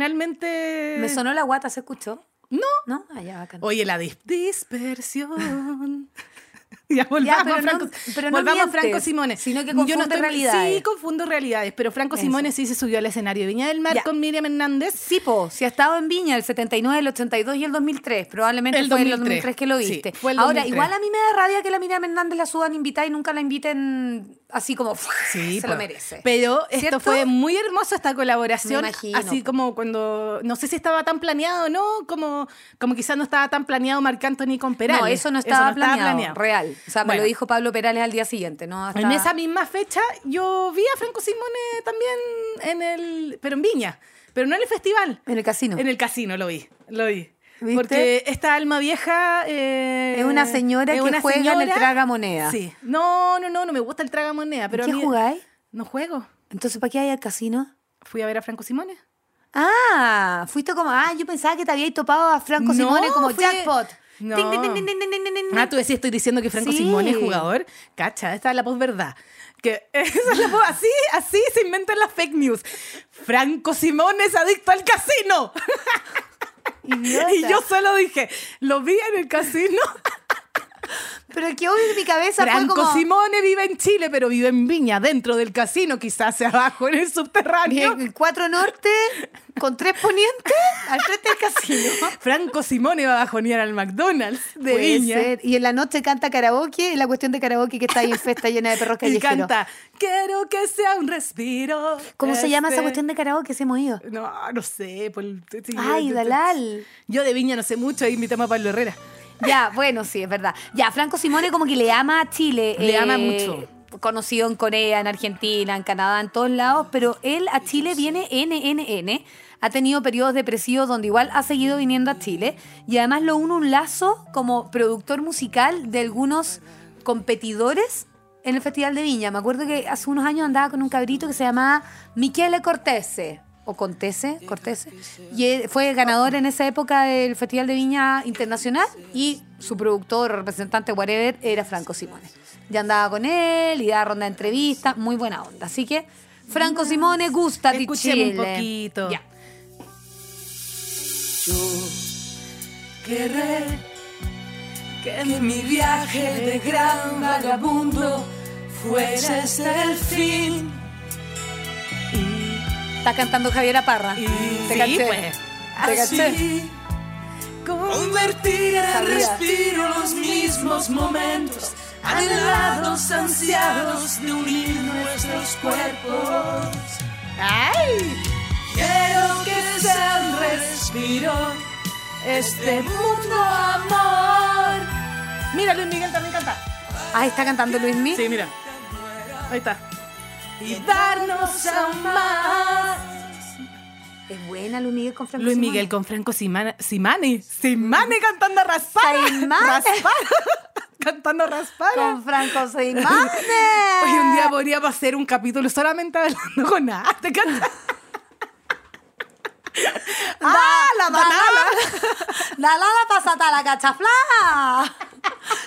finalmente...
Me sonó la guata, ¿se escuchó?
No.
No, allá bacán.
Oye, la dis- dispersión. ya volvamos,
pero no-
Franco,
pero no
volvamos a
mientes,
Franco Simone.
sino que
Yo no
confunde
estoy-
realidades.
Sí, confundo realidades, pero Franco
Eso.
Simone sí se subió al escenario de Viña del Mar
Ya.
con Miriam Hernández.
Sí, po, si ha estado en Viña el 79, el 82 y el 2003, probablemente
El
fue
2003,
el 2003 que lo
sí,
viste.
fue el
Ahora,
2003.
igual a mí me da rabia que la Miriam Hernández la suban invitada y nunca la inviten así como se
pues.
lo merece.
Pero esto
¿Cierto?
fue muy hermoso esta colaboración.
Me imagino.
Así como cuando. No sé si estaba tan planeado no, como, como quizás no estaba tan planeado Marc Anthony con Perales.
no, eso no estaba, planeado, real. O sea, me
Bueno.
lo dijo Pablo Perales al día siguiente, ¿no? Hasta-
En esa misma fecha yo vi a Franco Simone también en el. pero en Viña. Pero no en el festival.
en el casino.
En el casino lo vi, lo vi.
¿Viste?
Porque esta alma vieja. eh,
Es una señora que juega en el tragamoneda.
Sí. No, no, no, no me gusta el tragamoneda. Pero a
¿Qué
mí-
jugáis?
No juego.
Entonces, ¿para qué hay al casino?
Fui a ver a Franco Simone.
Ah, fuiste como, ah, yo pensaba que te habíais topado a Franco
No,
Simone como
fui-
jackpot.
No.
Ting, ting, ting, ting, ting, ting, ting, ting.
Ah, tú decís, estoy diciendo que Franco
Mm. Sí.
Simone es jugador. Cacha, esta es la posverdad. Que esa es la pos- así, así se inventan las fake news. Franco Simone es adicto al casino.
Idiota.
Y yo solo dije, lo vi en el casino.
Pero el que obvio en mi cabeza
Franco
fue como...
Simone vive en Chile, pero vive en Viña, dentro del casino, quizás hacia abajo en el subterráneo.
Bien, cuatro norte con tres poniente al frente del casino.
Franco Simone va a bajonear al McDonald's de
Puede
Viña.
ser. Y en la noche canta karaoke, y la cuestión de karaoke que está ahí en festa llena de perros
Y
callejeros.
canta, quiero que sea un respiro.
¿Cómo se llama esa
este".
cuestión de karaoke? Se hemos ido.
No, no sé. por el- sí,
Ay,
yo-
Dalal.
Yo de Viña no sé mucho, ahí invitamos a Pablo Herrera.
Ya, bueno, sí, es verdad. Ya, Franco Simone como que le ama a Chile. eh,
Le ama mucho.
Conocido en Corea, en Argentina, en Canadá, en todos lados, pero él a Chile viene NNN. Ha tenido periodos depresivos donde igual ha seguido viniendo a Chile. Y además lo une un lazo como productor musical de algunos competidores en el Festival de Viña. Me acuerdo que hace unos años andaba con un cabrito que se llamaba Michele Cortese. O Contese, Cortese. Y él fue ganador en esa época del Festival de Viña Internacional y su productor, representante, whatever, era Franco Simone. Ya andaba con él y daba ronda de entrevistas, muy buena onda. Así que, Franco Simone, gusta de
Escuchemos
Chile.
un poquito.
Ya.
Yo querré que en mi viaje de gran vagabundo fuese hasta el fin.
Está cantando Javiera Parra. Te
sí,
caché.
pues.
Te caché.
Así convertir en
Sabía.
respiro los mismos momentos, anhelados, ansiados de unir nuestros cuerpos.
¡Ay!
Quiero que sea un respiro este mundo amor.
Mira, Luis Miguel también canta.
Ah, está cantando Luis Mí.
Sí, mira. Ahí está.
y darnos a amar.
Es buena Luis Miguel con Franco
Luis
Simone.
Miguel con Franco Simana- Simane. Simane cantando raspar.
Simane.
cantando raspar.
Con Franco Simone.
Hoy un día podríamos hacer un capítulo solamente hablando con arte. canta. ¡Ah, la banana!
La lala pasata la cachafla.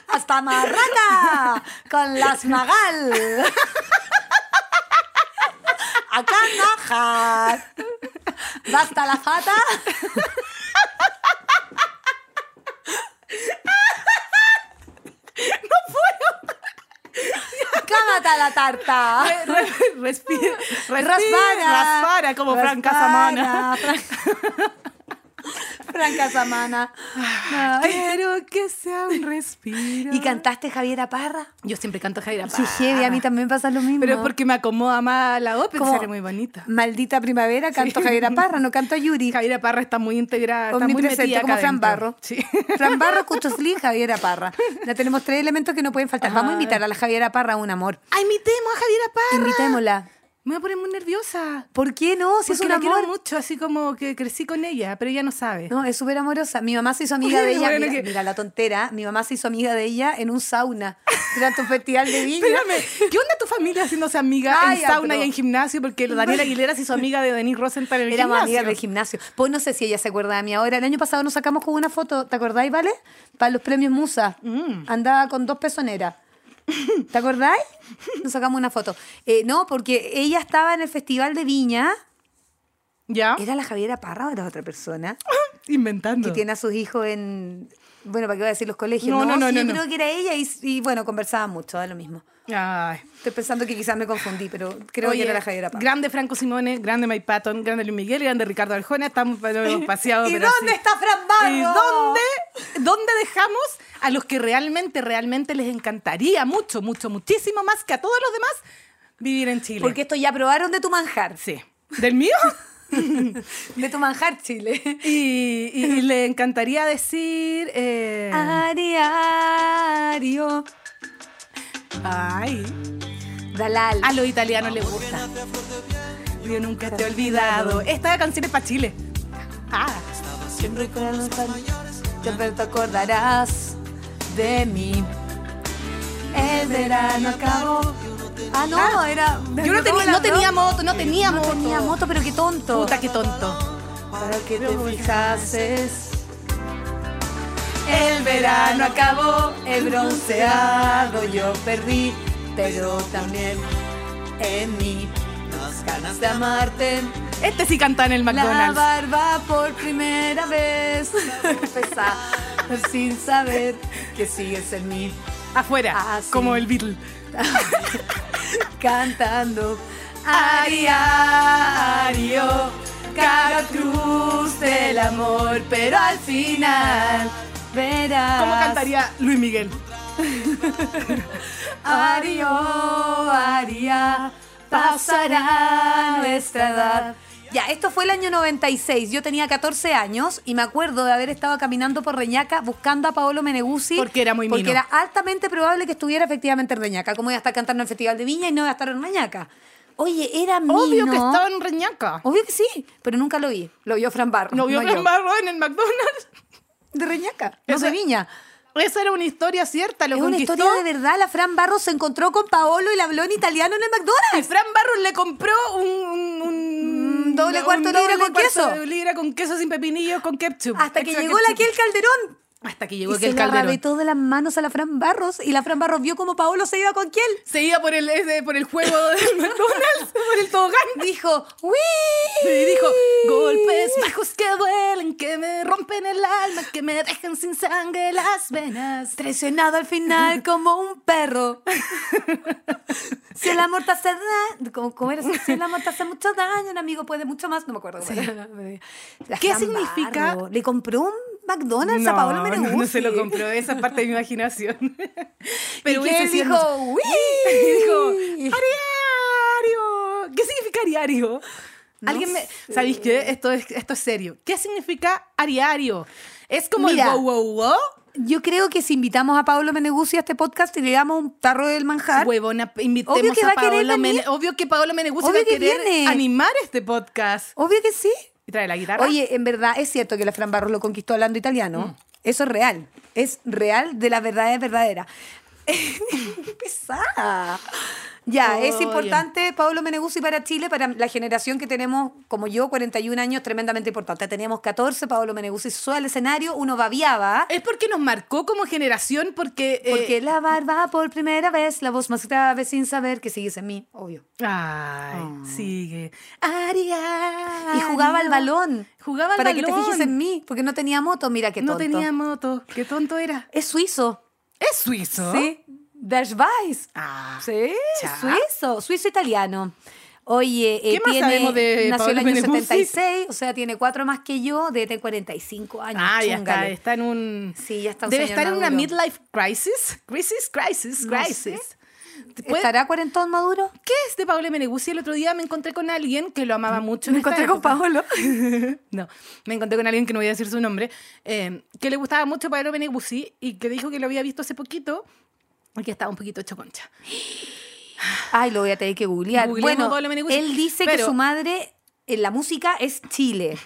Hasta Marraca. Con las magal. Acá najas. Basta la fata. mata la tarta.
Re- re- respira, respira,
Raspara.
raspara, como Fran Casamana.
Raspara, Fran- Fran Casamana.
Ah, Quiero que sea un respiro.
¿Y cantaste Javiera Parra?
Yo siempre canto Jaira
Sí,
Parra.
heavy, a mí también pasa lo mismo.
Ah. Pero es porque me acomoda más la voz, pero
Como-
sale muy bonita.
Maldita primavera, canto Javiera Parra, no canto a Yuri.
Javiera Parra está muy integrada, está muy
Omnipresente,
metida
como
acá
Fran
dentro.
Barro.
Sí.
Fran Barro, Cuchuslin, Javiera Parra. Ya tenemos tres elementos que no pueden faltar. Vamos a invitar a la Javiera Parra a un amor.
¡Ah, imitemos a Javiera Parra!
Invitémosla.
Me voy a poner muy nerviosa.
¿Por qué no? Si
porque
es Pues un
la quiero
amor.
mucho, así como que crecí con ella, pero ella no sabe.
No, es súper amorosa. Mi mamá se hizo amiga de ella.
Bueno,
mira,
que-
mira la tontera. Mi mamá se hizo amiga de ella en un sauna durante un festival de viña.
Espérame, ¿qué onda tu familia haciéndose amiga
Ay,
en sauna
Andro.
y en gimnasio? Porque la Daniela Aguilera se hizo amiga de Denise Rosenthal en el
Éramos
gimnasio.
amigas del gimnasio. Pues no sé si ella se acuerda de mí ahora. El año pasado nos sacamos con una foto, ¿te acordáis, Vale? Para los premios Musa.
Mm.
Andaba con dos pezoneras. ¿Te acordáis? Nos sacamos una foto. Eh, no, porque ella estaba en el Festival de Viña.
¿Ya?
¿Era la Javiera Parra o era otra persona?
Inventando.
Que tiene a sus hijos en... Bueno, ¿para qué voy a decir los colegios?
Ah. No, no, no,
sí,
no,
yo
no.
creo que era ella y, y, bueno, conversaban mucho, da lo mismo.
Ay.
Estoy pensando que quizás me confundí, pero creo
Oye,
que era la Javiera Parra.
Grande Franco Simone, grande Mike Patton, grande Luis Miguel, grande Ricardo Arjona. Estamos pero, paseados.
¿Y
pero
dónde
así.
está Fran Barro?
¿Y dónde, dónde dejamos a los que realmente, realmente les encantaría mucho, mucho, muchísimo más que a todos los demás vivir en Chile?
Porque esto ya probaron de tu manjar.
Sí. ¿Del mío?
De tu manjar, Chile.
Y, y le encantaría decir. eh,
A diario.
Ay.
Dalal.
A los italianos les gusta. Yo nunca te he olvidado. Esta canción es para Chile. Ah.
Siempre con los mayores. Siempre te acordarás de mí. El verano acabó. Ah, no, era.
Yo no, tenía- no tenía moto, no tenía
No
moto.
tenía moto, pero qué tonto.
Puta, qué tonto.
Para que te fijases.
El
verano acabó, el bronceado yo perdí, pero también en mí las ganas de amarte.
Este sí canta en el
La
McDonald's.
barba por primera vez empezar sin saber que sigues en mí
Afuera,
Ah, sí.
como el Beatle.
cantando. A diario, cada cruz del amor, pero al final verás.
¿Cómo cantaría Luis Miguel?
Ario, Aria, pasará nuestra edad. Ya, esto fue el año 96. Yo tenía 14 años y me acuerdo de haber estado caminando por Reñaca buscando a Paolo Meneguzzi.
Porque era muy
Porque
mino.
era altamente probable que estuviera efectivamente en Reñaca. Como iba a estar cantando en el Festival de Viña y no iba a estar en Reñaca? Oye, era mino.
Obvio que estaba en Reñaca.
Obvio que sí, pero nunca lo vi. Lo vio Fran Barro.
Lo vio
no
Fran
yo.
Barro en el McDonald's.
De Reñaca, no
Eso-
de Viña.
Esa era una historia cierta, lo
Es una
conquistó.
historia de verdad. La Fran Barro se encontró con Paolo y le habló en italiano en el McDonald's.
Y Fran Barros le compró un, un- un-
Mm, doble cuarto
un
libra con
cuarto
queso.
libra con queso sin pepinillos, con ketchup.
Hasta que
Extra
llegó la
ketchup.
aquel Calderón.
Hasta que
Y
llegó
se
aquel
le
calderón.
arrabató de las manos a la Fran Barros y la Fran Barros vio como Paolo se iba con quién.
Se iba por el, ese- por el juego del McDonald's, por el tobogán.
Dijo, ¡Uy!
Y dijo, golpes bajos que duelen, que me rompen el alma, que me dejan sin sangre las venas.
Traicionado al final como un perro. si el amor te hace daño. ¿Cómo, cómo era? Si el amor te hace mucho daño, un amigo puede mucho más. No me acuerdo. cómo era. La
¿Qué
Fran
significa?
Barro. ¿Le compró un McDonald's a Paolo
no,
Meneguzzi?
no se lo compró, esa es parte de mi imaginación.
Pero y que
hubiese
él
sido
dijo,
hermoso.
¡Uy!
Y dijo, Ariario. ¿Qué significa Ariario? Alguien me, ¿Sabéis qué? Esto es, esto es serio. ¿Qué significa Ariario? ¿Es como
Mira.
el wow, wow, wow?
Yo creo que si invitamos a Paolo Meneguzzi a este podcast y le damos un tarro del manjar,
Huevona, invitemos
Obvio que
a
va a querer
Paola
venir.
Mene- Obvio que Paola Meneguzzi
Obvio
va a
que
querer
viene.
animar este podcast.
obvio que sí.
Y trae la guitarra.
Oye, en verdad es cierto que la Fran Barros lo conquistó hablando
Mm.
italiano. Eso es real. Es real de la verdad es verdadera. ¡Qué pesada! Ya, es
Oye.
importante Pablo Meneguzzi para Chile, para la generación que tenemos, como yo, 41 años, tremendamente importante. Teníamos 14, Pablo Meneguzzi sube al escenario, uno babiaba.
Es porque nos marcó como generación, porque. eh,
Porque la barba por primera vez, la voz más grave sin saber que sigues en mí, obvio.
Ay, sigue. Ariario.
Ah. Y jugaba al balón.
Jugaba al
para que te
balón.
fijes en mí, porque no tenía moto, mira qué tonto.
No tenía moto. Qué tonto era.
Es suizo.
¿Es suizo?
Sí. Der Schweiz.
Ah,
Sí,
ya.
suizo, suizo italiano. Oye, eh,
¿Qué más
tiene-
sabemos de
nació en el
Pablo
año
Beneguzzi?
76, o sea, tiene cuatro más que yo, debe tener 45 años.
Ah, ya está,
chúngale.
está en un...
Sí, ya está un
Debe
señor
estar en una
maduro.
midlife crisis, crisis, crisis,
No
crisis. ¿Te puede-
¿Estará cuarentón maduro?
¿Qué es de Paolo Meneguzzi? El otro día me encontré con alguien que lo amaba mucho. en
Me
esta
encontré con
época.
Paolo.
No, me encontré con alguien que no voy a decir su nombre, eh, que le gustaba mucho Paolo Meneguzzi y que dijo que lo había visto hace poquito y que estaba un poquito hecho concha.
Ay, lo voy a tener que googlear.
Googleemos
bueno,
Pablo Meneguzzi.
él dice que
Pero-
su madre en la música es Chile.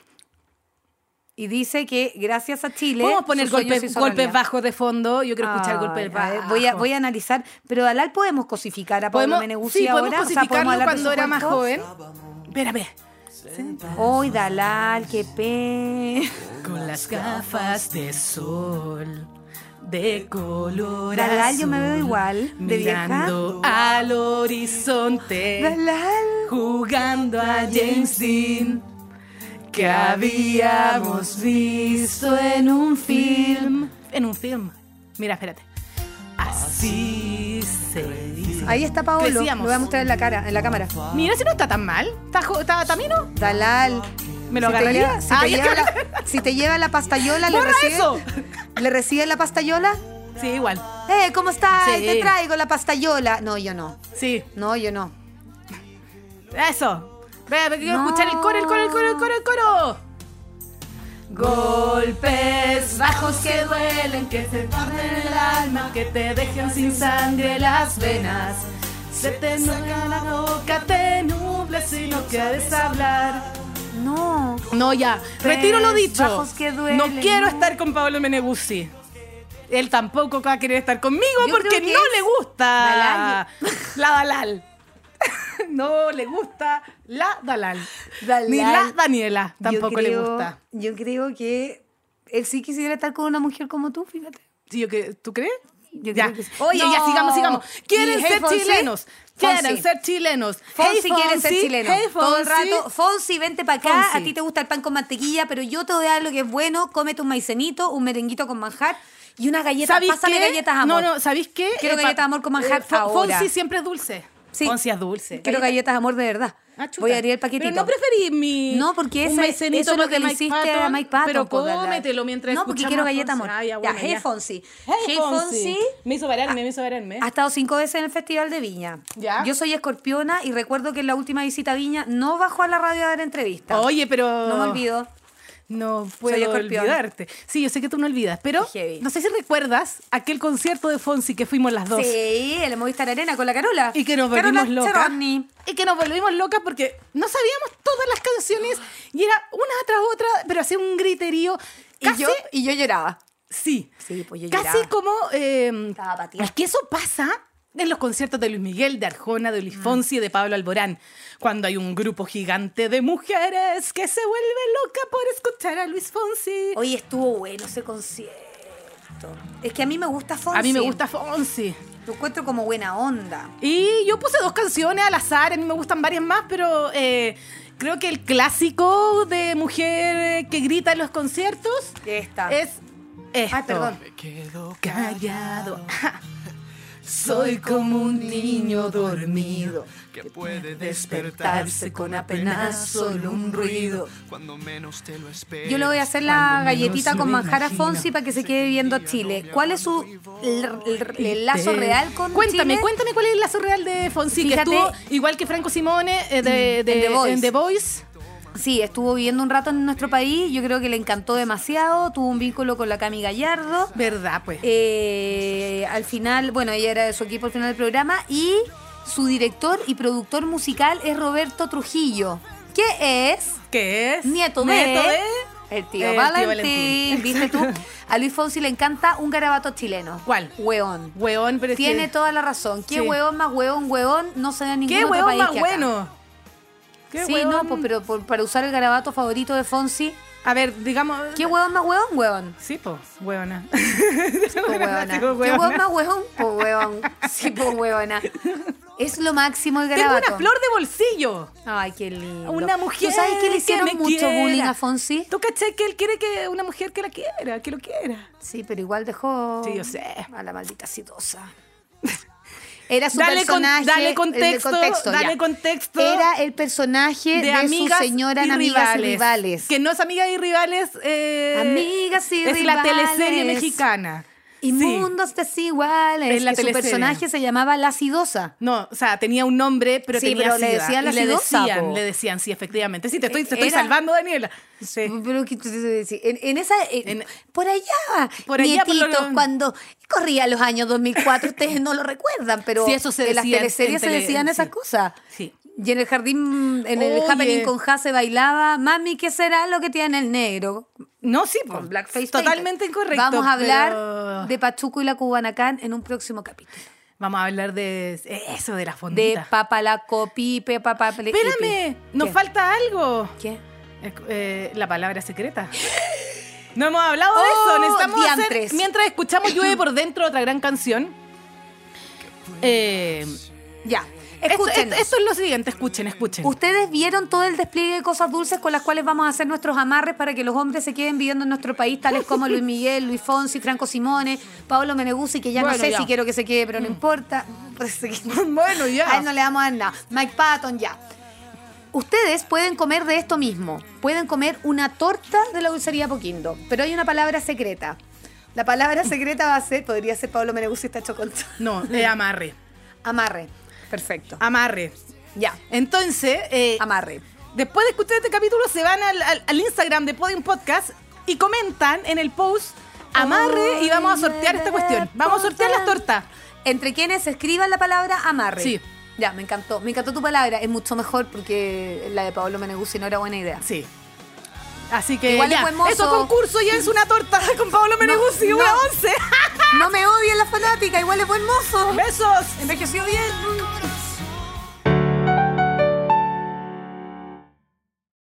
Y dice que gracias a Chile.
Podemos poner
su sueño se
golpes,
hizo
golpes
realidad.
bajos de fondo. Yo quiero escuchar golpes
Ay, a ver,
bajos.
Voy a, voy a analizar, pero Dalal podemos cosificar a Pablo
Podemos,
Meneguzzi
sí,
ahora.
podemos
o sea,
cosificarlo
hablar de
cuando
su
era más
cuerpo.
joven. Espérame.
Ay, Dalal, qué pena.
Con las gafas de sol de color
Dalal, yo me veo
azul,
igual, de vieja.
mirando al horizonte
Dalal.
jugando a James Dean que habíamos visto en un film en un film mira espérate así se dice
Ahí está Paolo.
Crecíamos.
Lo voy a mostrar en la cara, en la cámara.
mira si no está tan mal está, jo- está tamino
Dalal.
me lo
si te,
agarraría
lleva, si, te
Ay,
lleva la, si te lleva la pastayola, ¿le
¡Borra
recibe,
eso!
¿le recibe la pastayola?
sí igual
Eh, ¿cómo estás?
Sí.
Te traigo la pastayola. No, yo no.
sí
No, yo no.
Eso. Ve, ve, quiero
No.
escuchar el coro, el coro, el coro, el coro, el coro. Golpes bajos que duelen, que te parten el alma, que te dejan sin sangre las venas. Se te nubla la boca, te nubla si no quieres hablar.
No.
No, ya. Retiro lo dicho.
bajos que duelen,
no quiero
no.
estar con Pablo Meneguzzi. Él tampoco va a querer estar conmigo
Yo
porque
creo
no
que es
le gusta
Dalal.
la Dalal. no le gusta la Dalal.
Dalal.
Ni la Daniela
Yo
tampoco le
creo-
gusta.
Yo creo que él sí quisiera estar con una mujer como tú, fíjate.
Sí, yo que- ¿Tú crees?
Yo
ya.
creo que sí.
Oye, ya
No.
sigamos, sigamos. ¿Quieren
¿Y Hey
ser
Fonsi?
chilenos? ¿Quieren
Fonsi.
ser chilenos?
Fonsi,
Hey,
quiere ser
Fonsi.
chileno.
Hey,
Todo el
Fonsi.
rato, Fonsi, vente para acá.
Fonsi.
A ti te gusta el pan con mantequilla, pero yo te voy a dar lo que es bueno. Cómete un maicenito, un merenguito con manjar y unas galletas.
¿Sabéis
Pásame
qué?
galletas,
No,
amor.
no, ¿sabéis qué? Eh,
Quiero
pa-
galletas amor con manjar
Fo-
ahora.
Fonsi siempre es dulce.
Sí.
Fonsi es dulce.
Quiero galletas, amor, de verdad.
eh, Ah, chuta.
Voy a abrir el paquetito.
Pero no preferís mi.
No, porque ese-
maicenito
eso es lo
más
que
de
le
Mike
hiciste a Mike Patton,
Pero
pues, Dalal.
cómetelo mientras
No, porque
escuchamos
quiero
a
galleta,
Fonsi.
amor.
Ah,
Ya,
bueno,
Hey Fonsi. Hey Fonsi. Ah,
Me hizo vararme, me hizo vararme.
Ha estado cinco veces en el Festival de Viña.
¿Eh? Ya.
Yo soy escorpiona y recuerdo que en la última visita a Viña no bajó a la radio a dar entrevistas.
Oye, pero.
No me olvido.
No puedo
escorpión.
olvidarte. Sí, yo sé que tú no olvidas, pero
Qué heavy.
no sé si recuerdas aquel concierto de Fonsi que fuimos las dos.
Sí, el Movistar Arena con la Carola.
Y que nos volvimos
Carola
locas.
Cerroni.
Y que nos volvimos locas porque no sabíamos todas las canciones y era una tras otra, pero hacía un griterío. Casi,
Y yo, y yo lloraba.
sí.
Sí, pues yo
Casi
lloraba.
como. eh,
Estaba apatía.
es que eso pasa en los conciertos de Luis Miguel, de Arjona, de Luis Fonsi y de Pablo Alborán. Cuando hay un grupo gigante de mujeres que se vuelve loca por escuchar a Luis Fonsi.
Hoy estuvo bueno ese concierto. Es que a mí me gusta Fonsi.
A mí me gusta Fonsi.
Lo encuentro como buena onda.
Y yo puse dos canciones al azar, a mí me gustan varias más, pero eh, creo que el clásico de mujer eh, que grita en los conciertos
Esta.
es esto.
Ay, Ah. perdón.
Me quedo
Callado. Soy como un niño dormido.
que puede
despertarse
despertarse
con
con
apenas
apenas
solo
solo
un
un
ruido.
ruido cuando menos te lo esperes.
Yo le voy a hacer la
Cuando
galletita
menos
con
lo
manjar a
imagino.
Fonsi para que se quede viviendo a Chile. ¿Cuál es su el- el- el lazo
Te-
real con
Cuéntame,
Chile?
cuéntame cuál es el lazo real de Fonsi,
Fíjate- Mm,
que estuvo igual que Franco Simone eh, de, de-
En The Voice.
en The Voice.
Sí, estuvo viviendo un rato en nuestro país. Yo creo que le encantó demasiado. Tuvo un vínculo con la Cami Gallardo.
¿Verdad, pues?
Eh, al final, bueno, ella era de su equipo al final del programa. Y su director y productor musical es Roberto Trujillo, que es
¿Qué es?
nieto de,
Nieto
el tío
el tío
Valentín.
Valentín.
¿Viste tú? A Luis Fonsi le encanta un garabato chileno.
¿Cuál?
Hueón.
Weón, pero es que-
Tiene toda la razón. Qué
Sí.
hueón más hueón, hueón, no se da en ningún
¿Qué
otro
hueón
país
más
que acá.
bueno? ¿Qué
sí,
hueón?
no, pues, pero por- para usar el garabato favorito de Fonsi,
A ver, digamos.
¿qué hueón más hueón, hueón?
Sí, pues, hueona.
Po, hueona. ¿Qué
Digo,
hueón
hueona.
más hueón? Po, hueón. Sí, po, hueona. Es lo máximo el
Tengo
garabato.
una flor de bolsillo.
Ay, qué lindo.
Una mujer
¿Tú sabes que le hicieron
me
mucho
quiera.
bullying a Fonsi?
¿Tú caché que él quiere que una mujer que la quiera, que lo quiera?
Sí, pero igual dejó
Sí, yo sé.
a la maldita sidosa. Era su
Dale con-
personaje.
dale
el
contexto, dale
ya.
contexto
Era el personaje de,
de, amigas
su señora
y
en Amigas y Rivales.
Que no es amigas y rivales. eh,
Amigas y
es la
Rivales.
teleserie mexicana.
y
Sí.
mundos desiguales.
Es la
que su
teleserie.
personaje se llamaba La Sidosa.
No, o sea, tenía un nombre, pero
Sí,
tenía
pero le
sida.
decían la
Y le
sidosa,
decían,
po.
le decían, sí, efectivamente. Sí, te estoy, te estoy
Era-
salvando, Daniela. Sí.
Pero que- en, en esa en-
En-
por allá,
Por allá, por lo-
nietitos, cuando corría los años 2004, ustedes no lo recuerdan, pero
Sí, eso se
en las
decía en-
teleseries
en
se
tele-
decían
en-
esas
sí.
cosas.
Sí.
Y en el jardín, en el
Oye.
happening con Ja se bailaba, mami, ¿qué será lo que tiene el negro?
No, sí, po.
Con blackface.
Mm, Totalmente
painted.
incorrecto.
Vamos a hablar
pero-
de Pachuco y la Cubanacán en un próximo capítulo.
Vamos a hablar de eso, de las
De
fonditas.
papalacopipe, papapale.
Espérame, nos
Eh, ¿Qué?
falta algo.
¿Qué?
Eh, eh, la palabra secreta. No hemos hablado de
Oh,
eso. Necesitamos hacer-
diantres.
mientras escuchamos Llueve por dentro, otra gran canción. Eh,
Ya.
esto,
Escuchen.
esto- esto es lo siguiente, escuchen, escuchen.
Ustedes vieron todo el despliegue de cosas dulces con las cuales vamos a hacer nuestros amarres para que los hombres se queden viviendo en nuestro país, tales como Luis Miguel, Luis Fonsi, Franco Simone, Pablo Meneguzzi, que ya
Bueno,
no sé
ya.
si quiero que se quede, pero no importa.
Bueno, ya.
A él no le damos a dar nada. Mike Patton, ya. Ustedes pueden comer de esto mismo. Pueden comer una torta de la dulcería Poquindo. Pero hay una palabra secreta. La palabra secreta va a ser, podría ser Pablo Meneguzzi está hecho con
No, de amarre.
Amarre. Perfecto.
Amarre.
Ya.
Entonces, eh,
Amarre.
después de escuchar este capítulo, se van al, al- al Instagram de Podium Podcast y comentan en el post amarre y vamos a sortear esta cuestión. Vamos a sortear las tortas.
Entre quienes escriban la palabra amarre.
Sí.
Ya, me encantó. Me encantó tu palabra. Es mucho mejor porque la de Pablo Meneguzzi no era buena idea.
Sí. Así que
Igual es
ya,
buen mozo.
eso concurso ya es una torta con Pablo Meneguzzi,
no.
una once.
No me odien las fanáticas, igual es buen mozo.
Besos.
Envejeció bien.